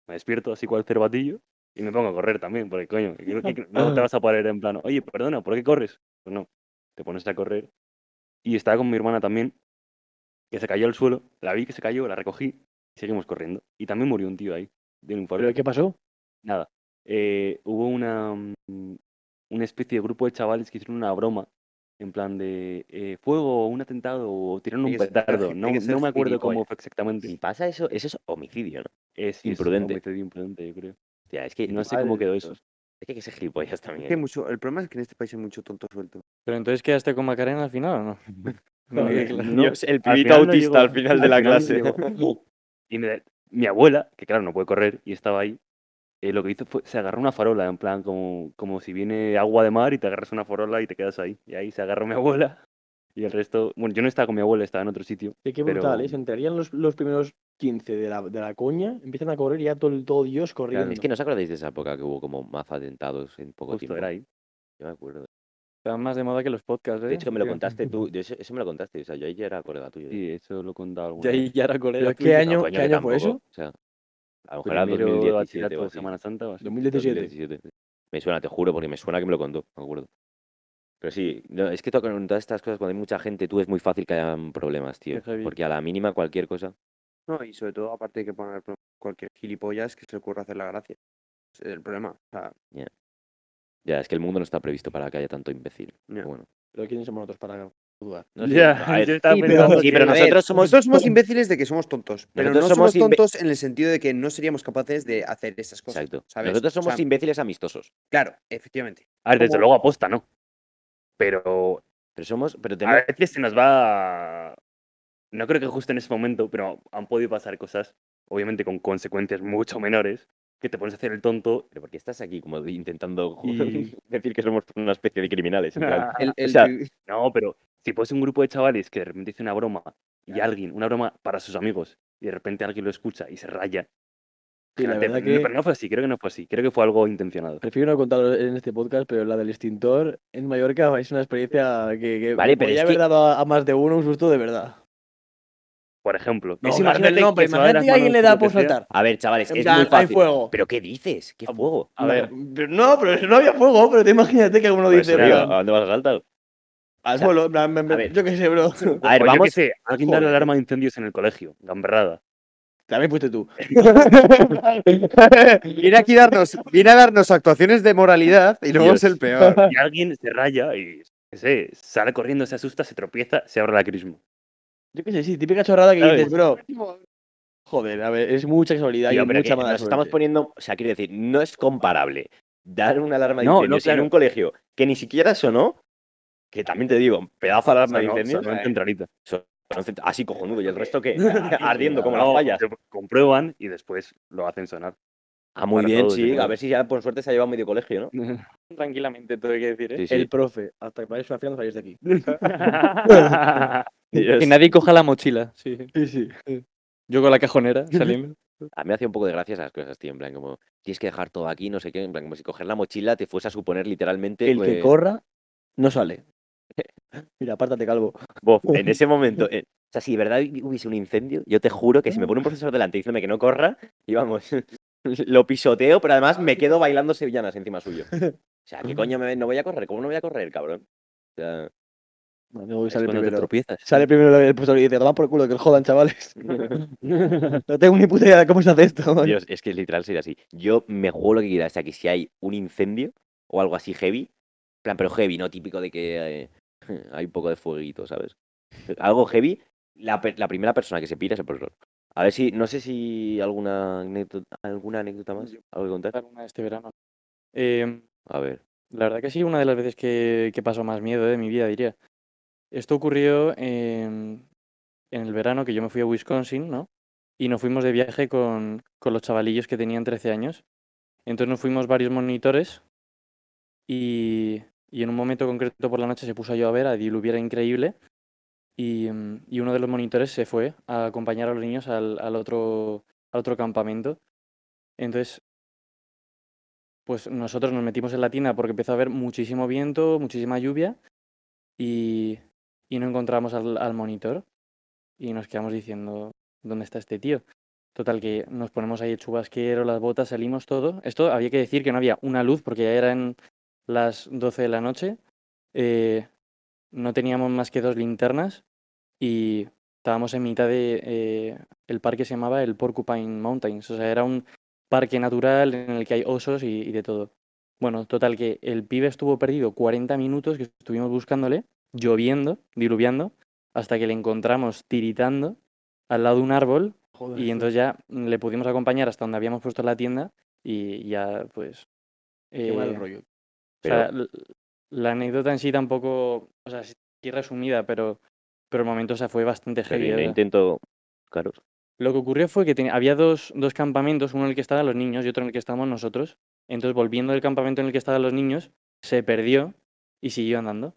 S3: me despierto así cual cervatillo y me pongo a correr también, porque coño, que creo que no te vas a parar en plano, oye, perdona, ¿por qué corres? Pues no, te pones a correr. Y estaba con mi hermana también, que se cayó al suelo, la vi que se cayó, la recogí y seguimos corriendo. Y también murió un tío ahí, de un infarto
S4: ¿Pero qué pasó?
S3: nada. eh, hubo una, mm, una especie de grupo de chavales que hicieron una broma, en plan de eh, fuego, un atentado, o tiraron
S5: Hay
S3: un
S5: que ser-
S3: petardo.
S5: hay
S3: No,
S5: que ser
S3: no me acuerdo
S5: gilipollas.
S3: cómo fue exactamente.
S2: Si pasa eso, eso es homicidio, ¿no?
S3: Es, es
S2: imprudente.
S3: un homicidio imprudente, yo creo.
S2: Hostia, es que
S3: No sé cómo
S2: madre
S3: quedó
S2: de
S3: eso.
S2: Dios. Es que hay que ser gilipollas
S5: Es
S2: también. ¿eh?
S5: que hay mucho, el problema es que en este país hay mucho tonto suelto.
S4: ¿Pero entonces quedaste con Macarena al final o no? No,
S3: Joder,
S4: claro.
S3: no,
S2: el
S3: al
S2: pibito
S3: final no
S2: autista
S3: llegó-
S2: al final de la
S3: final no
S2: clase.
S3: llegó. Y me- mi abuela, que claro, no puede correr y estaba ahí, eh, lo que hizo fue, se agarró una farola, en plan como, como si viene agua de mar y te agarras una farola y te quedas ahí. Y ahí se agarró mi abuela y el resto, bueno, yo no estaba con mi abuela, estaba en otro sitio.
S1: Sí, qué
S3: Pero-
S1: brutal, ¿eh? Se enterarían los, los primeros 15 de la, de la coña, empiezan a correr y ya todo, el- todo Dios corriendo.
S2: Es que no os acordáis de esa época que hubo como más atentados en poco
S3: Justo
S2: tiempo.
S3: era ahí.
S2: Yo me acuerdo.
S4: Están más de moda que los podcasts, ¿eh?
S2: De hecho, me lo
S4: Tío.
S2: contaste tú. de eso, eso me lo contaste. O sea, yo ahí ya era colega tuyo. ¿eh?
S3: Sí, eso lo contaba alguna
S4: Ya,
S3: vez.
S4: ya era colega
S1: ¿Pero
S4: tuyo.
S1: qué año,
S2: No, coño,
S1: qué
S2: que
S1: año fue eso?
S2: tampoco, O sea, a lo mejor era
S3: Primero de
S2: 2017
S3: bachillerato,
S2: o así.
S3: Semana Santa o así.
S1: 2017.
S2: 2017. Me suena, te juro, porque me suena que me lo contó, me acuerdo. Pero sí, no, es que to- con todas estas cosas, cuando hay mucha gente, tú es muy fácil que hayan problemas, tío.
S4: Qué heavy.
S2: Porque a la mínima cualquier cosa.
S5: No, y sobre todo, aparte de que poner pro- cualquier gilipollas que se le ocurra hacer la gracia. Ese Es el problema. O sea,
S2: Ya, es que el mundo no está previsto para que haya tanto imbécil.
S5: Ya.
S2: pero Bueno.
S1: Pero ¿quiénes somos nosotros para dudar?
S2: No sé,
S3: Ya,
S2: a ver,
S3: yo estaba
S1: Sí, pero-
S3: pensando
S2: sí,
S3: que-
S2: pero
S5: a ver,
S2: nosotros somos-
S5: nosotros somos imbéciles de que somos tontos. Pero
S2: Nosotros
S5: no somos
S2: somos imbe-
S5: tontos en el sentido de que no seríamos capaces de hacer esas cosas.
S2: exacto.
S5: ¿sabes?
S2: Nosotros
S5: O
S2: somos
S5: sea,
S2: imbéciles amistosos.
S5: Claro, efectivamente.
S3: A ver, desde
S5: como-
S3: luego aposta, ¿no? Pero
S2: Pero somos, pero
S3: a
S2: tenemos,
S3: veces se nos va... No creo que justo en ese momento, pero han podido pasar cosas, obviamente con consecuencias mucho menores, que te pones a hacer el tonto.
S2: Pero porque estás aquí como de- intentando jo-
S3: Y-
S2: decir que somos una especie de criminales. en
S3: Ah,
S2: plan,
S5: El- el-
S2: sea,
S5: el-
S3: No, pero si fuese un grupo de chavales que de repente hizo una broma y alguien, una broma para sus amigos, y de repente alguien lo escucha y se raya.
S1: Sí, la
S3: Fíjate,
S1: verdad
S3: no-
S1: que
S3: Pero no fue así, creo que no fue así, creo que fue algo intencionado.
S1: prefiero no contarlo en este podcast, pero la del extintor en Mallorca es una experiencia que, que
S2: Vale, pero
S1: podría
S2: es
S1: haber
S2: que-
S1: dado a, a más de uno un susto de verdad.
S3: Por ejemplo,
S1: No,
S3: es
S1: imagínate el
S3: imagínate
S1: nombre,
S3: que se va de las
S1: imagínate que alguien le
S3: manos
S1: da
S3: lo que
S1: por
S3: sea.
S1: saltar.
S2: A ver, chavales,
S1: En
S2: es
S1: plan,
S2: muy
S1: hay
S2: fácil.
S1: fuego.
S2: ¿Pero qué dices? ¿Qué fuego?
S3: A ver,
S1: Pero no, pero no había fuego, pero te imagínate que alguno
S2: Por
S1: dice,
S2: eso, tío,
S1: "Venga,
S2: ¿A dónde vas a saltar?
S1: al suelo, en plan, me- me-
S2: ver.
S1: yo qué sé, bro.
S2: A ver,
S3: O yo qué
S2: vamos.
S3: sé, alguien da la
S2: Joder.
S3: alarma de incendios en el colegio, gamberrada.
S1: También fuiste tú.
S5: Viene aquí darnos, viene a darnos actuaciones de moralidad y luego
S3: Dios.
S5: es el peor.
S3: Y alguien se raya y, qué sé, sale corriendo, se asusta, se tropieza, se abre la crisma.
S1: Yo qué sé, sí, típica chorrada que
S3: ¿Sabes?
S1: dices, bro. Joder, a ver, es mucha casualidad
S2: Tío,
S1: y
S2: pero
S1: mucha
S2: que
S1: mala
S2: nos estamos
S1: suerte.
S2: poniendo. O sea, quiero decir, no es comparable dar una alarma de
S3: No, no,
S2: incendios
S3: claro.
S2: en un colegio que ni siquiera sonó. Que también te digo, pedazo de alarma de
S3: Sonó-
S2: incendios.
S3: sonó en centralita.
S2: Sonó- Así cojonudo. ¿Y el resto qué? Ardiendo como
S3: No,
S2: las fallas.
S3: se Comprueban y después lo hacen sonar.
S2: Ah, muy
S3: para
S2: bien,
S3: todos,
S2: sí.
S3: yo
S2: A
S3: creo.
S2: ver si ya por suerte se ha llevado medio colegio, ¿no?
S4: Tranquilamente, todo hay que decir, ¿eh?
S2: Sí,
S1: El profe, hasta que pagues una fianza salís de aquí.
S4: Que nadie coja la mochila. Sí. Yo con la cajonera saliendo.
S2: A mí me hacía un poco de gracia esas cosas, tío. En plan, como tienes que dejar todo aquí, no sé qué. En plan, como si coger la mochila te fuese a suponer literalmente.
S1: El que
S2: eh,
S1: corra, no sale. Mira, apártate, calvo.
S2: Bof, en ese momento. eh, o sea, si de verdad hubiese un incendio, yo te juro que si me pone un profesor delante diciéndome que no corra, y vamos, lo pisoteo, pero además me quedo bailando sevillanas encima suyo. O sea, ¿qué coño me ven? No voy a correr, ¿cómo no voy a correr, cabrón? O sea,
S1: No, tengo que
S3: Es
S1: salir
S3: cuando
S1: Pues
S3: te
S1: primero.
S3: tropiezas.
S1: Sale primero el profesor y dice, van por culo, que os jodan, chavales. no tengo ni puta idea de cómo se hace esto. man.
S2: Dios, es que literal sería así. Yo me juego lo que quiera, o sea, que si hay un incendio o algo así heavy, en plan, pero heavy, no típico de que eh, hay un poco de fueguito, ¿sabes? Algo heavy, la, pe- la primera persona que se pira es el profesor. A ver si, no sé si alguna anécdota, alguna anécdota más, algo que contar.
S4: contar una este verano. Eh,
S2: A ver,
S4: la verdad que sí, una de las veces que, que pasó más miedo eh, de mi vida, diría. Esto ocurrió en, en el verano que yo me fui a Wisconsin, ¿no? Y nos fuimos de viaje con, con los chavalillos que tenían 13 años. Entonces nos fuimos varios monitores y, y en un momento concreto por la noche se puso a llover, a diluviar increíble. Y, mm, y uno de los monitores se fue a acompañar a los niños al, al otro, al otro campamento. Entonces pues nosotros nos metimos en la tina porque empezó a haber muchísimo viento, muchísima lluvia y, y no encontramos al, al monitor y nos quedamos diciendo, ¿dónde está este tío? Total, que nos ponemos ahí el chubasquero, las botas, salimos todo. Esto había que decir que no había una luz porque ya eran las 12 de la noche. eh, no teníamos más que dos linternas y estábamos en mitad de... eh, el parque se llamaba el Porcupine Mountains. O sea, era un, parque natural en el que hay osos y, y de todo. Bueno, total, que el pibe estuvo perdido 40 minutos que estuvimos buscándole, lloviendo, diluviando, hasta que le encontramos tiritando al lado de un árbol y entonces ya le pudimos acompañar hasta donde habíamos puesto la tienda y ya pues...
S1: Qué mal
S4: eh,
S1: rollo.
S4: o sea,
S2: Pero-
S4: l- la anécdota en sí tampoco, o sea, sí resumida, pero, pero el momento o sea, fue bastante
S2: pero
S4: heavy.
S2: yo
S4: ¿verdad?
S2: intento, claro,
S4: Lo que ocurrió fue que tenía- había dos, dos campamentos, uno en el que estaban los niños y otro en el que estábamos nosotros. Entonces, volviendo del campamento en el que estaban los niños, se perdió y siguió andando.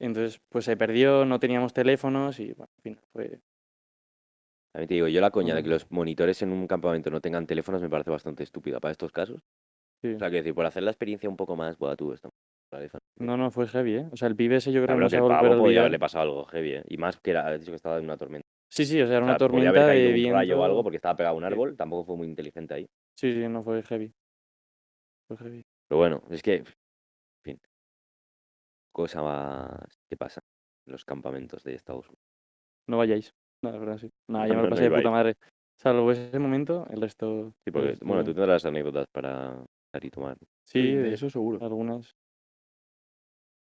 S4: Entonces, pues se perdió, no teníamos teléfonos y, bueno, en fin, fue...
S2: también te digo, yo la coña de que
S4: Ujú.
S2: los monitores en un campamento no tengan teléfonos me parece bastante estúpida para estos casos.
S4: sí.
S2: O sea, que decir, por hacer la experiencia un poco más, buah, tú, esta naturaleza.
S4: No, no, fue heavy, ¿eh? O sea, el pibe ese yo creo
S2: Cabrón,
S4: que no
S2: que
S4: se
S2: el
S4: va a volver
S2: pavo
S4: a
S2: podía
S4: olvidar.
S2: haberle pasado algo heavy, ¿eh? Y más que era, ha dicho que estaba en una tormenta.
S4: Sí, sí, o sea, era
S2: O
S4: una
S2: sea, podía haber
S4: tormenta
S2: caído
S4: de
S2: un
S4: viento.
S2: rayo o algo porque estaba pegado a un
S4: Sí.
S2: árbol, tampoco fue muy inteligente ahí.
S4: Sí, sí, no fue heavy. Fue heavy.
S2: Pero bueno, es que, en fin, cosa más que pasa en los campamentos de Estados Unidos.
S4: No vayáis. No, la verdad, sí. No,
S2: No,
S4: ya me
S2: no
S4: lo pasé de puta
S2: ibais.
S4: madre. Salvo ese momento, el resto...
S2: Sí,
S4: el
S2: porque, bueno, tú
S4: resto-
S2: tendrás anécdotas para dar y tomar.
S4: Sí,
S1: de
S4: de-
S1: eso seguro.
S4: algunas...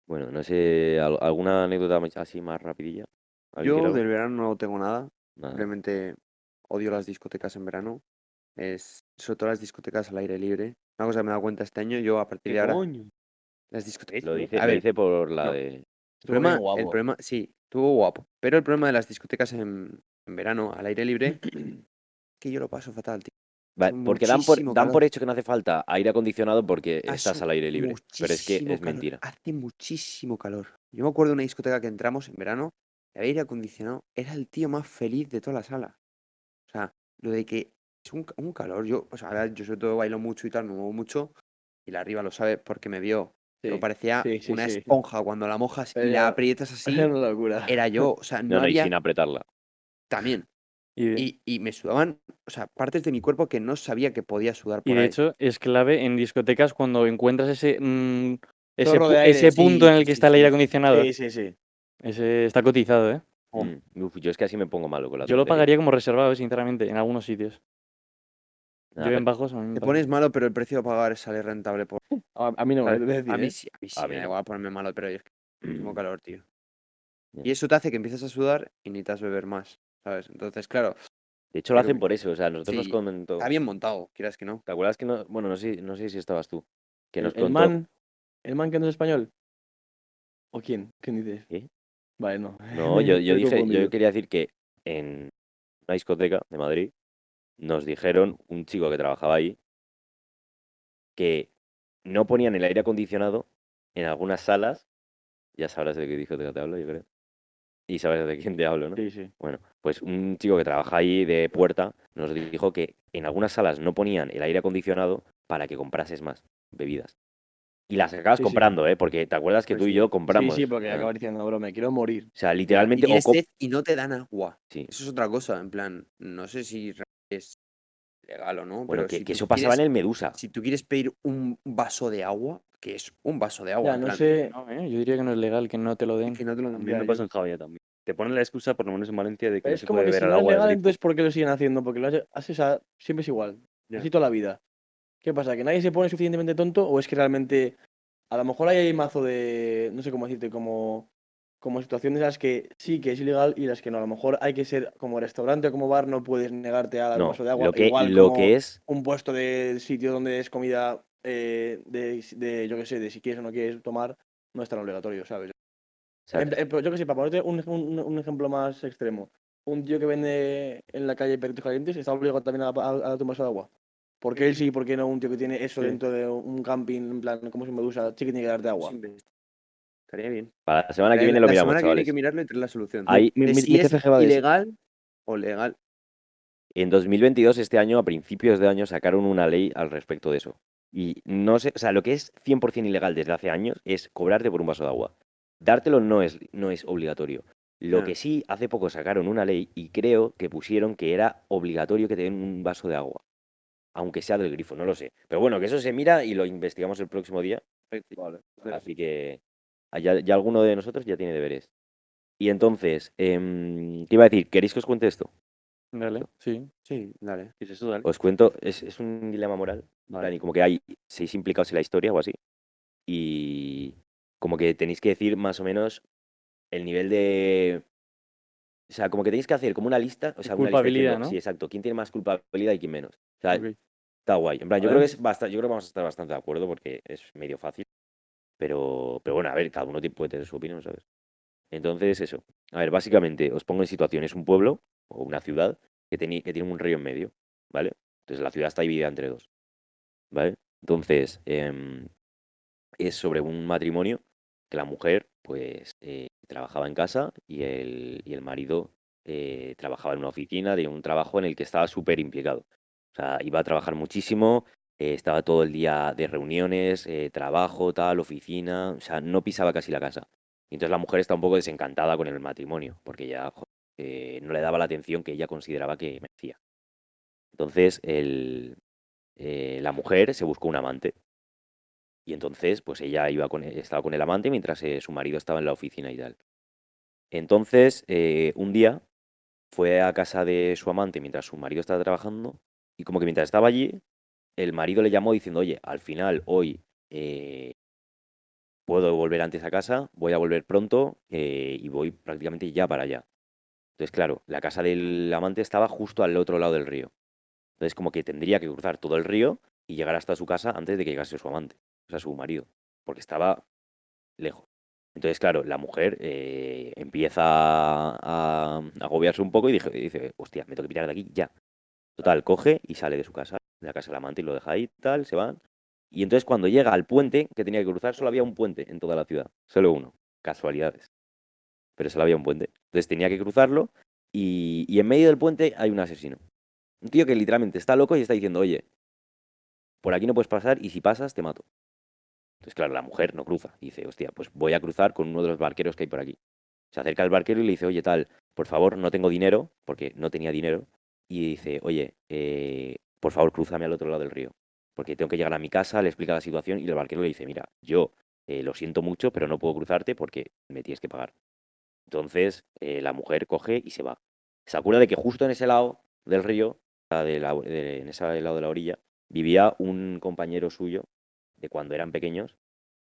S2: Bueno, no sé, al- ¿alguna anécdota más- así más rapidilla? ¿Alguien quiere
S5: Yo
S2: algo?
S5: del verano no tengo nada.
S2: Nada.
S5: Simplemente odio las discotecas en verano. Es, sobre todo las discotecas al aire libre. Una cosa que me he dado cuenta este año, yo a partir de ahora. Las discotecas.
S2: Lo dice,
S5: A
S2: lo
S5: ver,
S2: dice por la
S5: no.
S2: de...
S5: el problema, el problema, sí, estuvo guapo. Pero el problema de las discotecas en, en verano, al aire libre, que yo lo paso fatal, tío.
S2: Va,
S5: Hace
S2: porque dan por,
S5: muchísimo
S2: dan por
S5: calor.
S2: hecho que no hace falta aire acondicionado porque estás
S5: Hace
S2: al aire libre. Pero es que
S5: muchísimo
S2: es
S5: calor, Ah,
S2: mentira.
S5: Hace muchísimo calor. Yo me acuerdo de una discoteca que entramos en verano, el aire acondicionado era el tío más feliz de toda la sala. O sea, lo de que es un, ca- un calor. Yo, o sea, ahora yo sobre todo bailo mucho y tal, me muevo mucho. Y la arriba lo sabe porque me vio. Yo
S1: Sí,
S5: parecía
S1: sí, sí,
S5: una
S1: sí.
S5: esponja cuando la mojas y
S1: Era-
S5: la aprietas así.
S1: Era una locura.
S5: Era yo, o sea, no,
S2: No, no, y
S5: había
S2: sin apretarla.
S5: también.
S4: Y de-
S5: Y, y me sudaban, o sea, partes de mi cuerpo que no sabía que podía sudar por
S4: Y de
S5: ahí.
S4: hecho es clave en discotecas cuando encuentras ese, mm, ese,
S1: Chorro de
S4: pu-
S1: aire,
S4: ese
S1: sí,
S4: punto en el que
S1: sí,
S4: está el
S1: sí.
S4: aire acondicionado.
S1: Sí, sí, sí.
S4: Ese está cotizado, ¿eh?
S1: Oh.
S2: Mm, uf, yo es que así me pongo malo con la
S4: Yo lo
S2: tontería.
S4: pagaría como reservado, sinceramente, en algunos sitios.
S2: Nada,
S4: Yo
S2: pero-
S4: en bajos a mí me
S5: Te
S4: pasa.
S5: pones malo, pero el precio a pagar sale rentable. Por...
S1: A, a mí no me
S5: A-
S1: lo decir,
S5: A
S1: ¿eh?
S5: mí sí, a mí sí,
S2: A
S5: me
S2: mí
S5: da
S2: no.
S5: igual ponerme malo, pero es que
S2: mm,
S5: muchísimo calor, tío.
S2: Ya.
S5: Y eso te hace que empieces a sudar y necesitas beber más, ¿sabes? Entonces, claro,
S2: De hecho, lo
S5: Pero
S2: hacen
S5: mi-
S2: por eso. O sea, nosotros nos
S5: Sí,
S2: comentó.
S5: está bien montado, quieras que no.
S2: ¿Te acuerdas que no? Bueno, no sé, no sé si estabas tú. Que
S1: El-
S2: nos
S1: el
S2: contó.
S1: man, el man que no es español. ¿O quién? ¿Quién dices?
S2: ¿Qué?
S1: Vale, no.
S2: No, yo, yo
S1: Estoy
S2: dije, yo
S1: confundido.
S2: quería decir que en una discoteca de Madrid nos dijeron un chico que trabajaba ahí que no ponían el aire acondicionado en algunas salas. Ya sabrás de qué discoteca te hablo, yo creo. Y sabrás de quién te hablo, ¿no?
S1: Sí, sí.
S2: Bueno, pues un chico que trabaja ahí de puerta nos dijo que en algunas salas no ponían el aire acondicionado para que comprases más bebidas. Y las acabas
S1: Sí, sí.
S2: comprando, ¿eh? Porque te acuerdas que
S1: Pues
S2: tú y
S1: sí.
S2: yo compramos.
S1: Sí, sí, porque
S2: Ah,
S1: acabas diciendo, bro, me quiero morir.
S2: O sea, literalmente.
S5: Y
S2: o
S1: este
S5: tienes
S2: co-
S5: sed y no te dan agua.
S2: Sí.
S5: Eso es otra cosa, en plan, no sé si realmente es legal o no,
S2: Bueno,
S5: pero
S2: que,
S5: si
S2: que
S5: tú
S2: eso pasaba
S5: quieres-
S2: en el Medusa.
S5: Si tú quieres pedir un vaso de agua, que es un vaso de agua,
S1: Ya,
S5: en
S1: no
S5: plan,
S1: sé.
S4: No, ¿eh? Yo diría que no es legal que no te lo den.
S5: que no te lo
S3: A
S5: dan.
S3: mí me pasa en Javier también. Te ponen la excusa, por lo menos en Valencia, de que
S1: Pero
S3: no
S1: es
S3: se
S1: como
S3: puede
S1: que si
S3: beber al
S1: no es
S3: agua. del
S1: legal,
S3: grifo.
S1: entonces ¿por qué lo siguen haciendo? Porque lo hace- haces a- siempre es igual.
S3: Ya.
S1: Así toda la vida. ¿Qué pasa? ¿Que nadie se pone suficientemente tonto o es que realmente a lo mejor hay ahí mazo de, no sé cómo decirte, como como situaciones en las que sí que es ilegal y las que no. A lo mejor hay que ser como restaurante o como bar, no puedes negarte a dar un
S2: No,
S1: vaso de agua.
S2: lo que,
S1: Igual
S2: lo
S1: como
S2: que es
S1: un puesto de sitio donde es comida eh, de, de, yo qué sé, de si quieres o no quieres tomar, no es tan obligatorio, ¿sabes?
S2: o sea,
S1: En- en- pero yo que sé, para ponerte un, ej- un- un ejemplo más extremo. Un tío que vende en la calle perritos calientes está obligado también a, a, a dar un vaso de agua. ¿Por qué él sí y por qué no un tío que tiene eso
S3: Sí.
S1: dentro de un camping, en plan, como se medusa, sí que tiene que darte agua?
S3: Estaría bien.
S2: para la semana que
S5: Eh,
S2: viene lo
S5: la
S2: miramos,
S5: semana que viene hay
S2: chavales.
S5: que mirarlo y tener la solución.
S2: Ahí,
S5: De
S2: mi- mi-
S5: si
S2: mi
S5: es
S2: TFG va de eso.
S5: ilegal o legal.
S2: En 2022, este año, a principios de año, sacaron una ley al respecto de eso. Y no sé, o sea, lo que es 100% ilegal desde hace años es cobrarte por un vaso de agua. Dártelo no es, no es obligatorio. Lo
S5: Ya.
S2: que sí, hace poco sacaron una ley y creo que pusieron que era obligatorio que te den un vaso de agua. Aunque sea del grifo, no lo sé. Pero bueno, que eso se mira y lo investigamos el próximo día. Así que ah, ya, ya alguno de nosotros ya tiene deberes. Y entonces, em, ¿qué iba a decir? ¿Queréis que os cuente esto?
S4: Dale, sí.
S5: Sí, dale.
S3: ¿Qué es eso, dale?
S2: Os cuento, es, es un dilema moral. en
S3: Vale.
S2: plan, Y como que hay seis implicados en la historia o así. Y como que tenéis que decir más o menos el nivel de... O sea, como que tenéis que hacer como una lista. O sea, una lista
S4: culpabilidad,
S2: diciendo,
S4: ¿no?
S2: Sí, exacto. ¿Quién tiene más culpabilidad y quién menos? O sea,
S4: Ok.
S2: Está guay. En plan, yo creo
S4: Vale.
S2: que es basta- yo creo que vamos a estar bastante de acuerdo porque es medio fácil. Pero, pero bueno, a ver, cada uno ti- puede tener su opinión, ¿sabes? Entonces, eso. A ver, básicamente, os pongo en situación, es un pueblo o una ciudad que, teni- que tiene un río en medio, ¿vale? Entonces la ciudad está dividida entre dos, ¿vale? Entonces, em, es sobre un matrimonio que la mujer, pues, eh, trabajaba en casa y el, y el marido eh, trabajaba en una oficina de un trabajo en el que estaba súper implicado. O sea, iba a trabajar muchísimo, eh, estaba todo el día de reuniones, eh, trabajo, tal, oficina, o sea, no pisaba casi la casa. Y entonces la mujer está un poco desencantada con el matrimonio, porque ya jo, eh, no le daba la atención que ella consideraba que merecía. Entonces, el, eh, la mujer se buscó un amante. Y entonces, pues ella iba con, e- estaba con el amante mientras eh, su marido estaba en la oficina y tal. Entonces, eh, un día fue a casa de su amante mientras su marido estaba trabajando y como que mientras estaba allí, el marido le llamó diciendo, oye, al final hoy eh, puedo volver antes a casa, voy a volver pronto eh, y voy prácticamente ya para allá. Entonces, claro, la casa del amante estaba justo al otro lado del río. Entonces, como que tendría que cruzar todo el río y llegar hasta su casa antes de que llegase su amante, o sea, su marido, porque estaba lejos. Entonces, claro, la mujer eh, empieza a a agobiarse un poco y dije- dice, hostia, me tengo que pirar de aquí ya. Total, coge y sale de su casa, de la casa del amante y lo deja ahí, tal, se van. Y entonces cuando llega al puente que tenía que cruzar, solo había un puente en toda la ciudad, solo uno, casualidades. Pero solo había un puente. Entonces tenía que cruzarlo y, y en medio del puente hay un asesino. Un tío que literalmente está loco y está diciendo, oye, por aquí no puedes pasar y si pasas te mato. Entonces, claro, la mujer no cruza. Y dice, hostia, pues voy a cruzar con uno de los barqueros que hay por aquí. Se acerca el barquero y le dice, oye, tal, por favor, no tengo dinero, porque no tenía dinero y dice, oye, eh, por favor, crúzame al otro lado del río, porque tengo que llegar a mi casa, le explica la situación y el barquero le dice, mira, yo eh, lo siento mucho, pero no puedo cruzarte porque me tienes que pagar. Entonces, eh, la mujer coge y se va. Se acuerda de que justo en ese lado del río, la de la o- de- en ese lado de la orilla, vivía un compañero suyo de cuando eran pequeños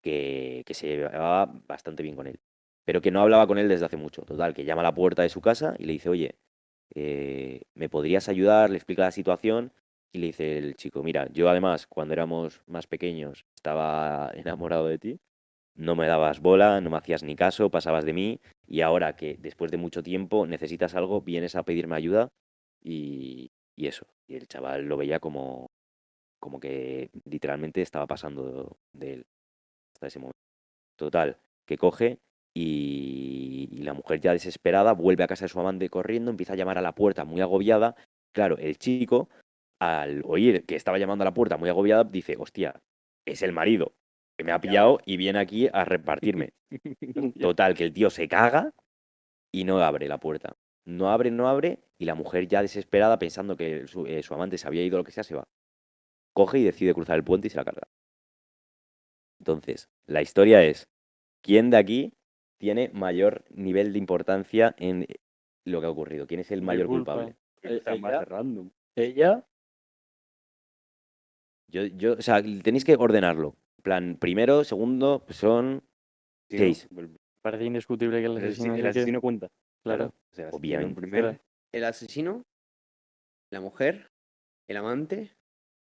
S2: que, que se llevaba bastante bien con él, pero que no hablaba con él desde hace mucho. Total, que llama a la puerta de su casa y le dice, oye, eh, ¿me podrías ayudar? Le explica la situación y le dice el chico, mira, yo además cuando éramos más pequeños estaba enamorado de ti, no me dabas bola, no me hacías ni caso, pasabas de mí y ahora que después de mucho tiempo necesitas algo, vienes a pedirme ayuda y, y eso. Y el chaval lo veía como, como que literalmente estaba pasando de él hasta ese momento. Total, que coge y, y la mujer ya desesperada vuelve a casa de su amante corriendo, empieza a llamar a la puerta muy agobiada. Claro, el chico, al oír que estaba llamando a la puerta muy agobiada, dice, hostia, es el marido que me ha pillado y viene aquí a repartirme. Total, que el tío se caga y no abre la puerta. No abre, no abre, y la mujer ya desesperada, pensando que su, eh, su amante se había ido o lo que sea, se va. Coge y decide cruzar el puente y se la carga. Entonces, la historia es, ¿quién de aquí tiene mayor nivel de importancia en lo que ha ocurrido? ¿Quién es el
S4: De
S2: mayor
S4: culpa.
S2: culpable?
S3: Que Está
S1: Eh,
S3: más
S1: ya.
S3: random.
S1: Ella,
S2: Yo, yo, o sea, tenéis que ordenarlo. En Plan, primero, segundo, son
S5: Sí,
S2: Seis.
S5: ¿no? El
S4: Parece indiscutible que el
S3: El
S4: asesino
S3: asesino,
S4: Pues es
S3: el
S4: el que-
S3: asesino cuenta.
S4: Claro.
S3: O sea, el asesino
S2: Obviamente.
S3: primero.
S4: Espera.
S5: El asesino, la mujer, el amante,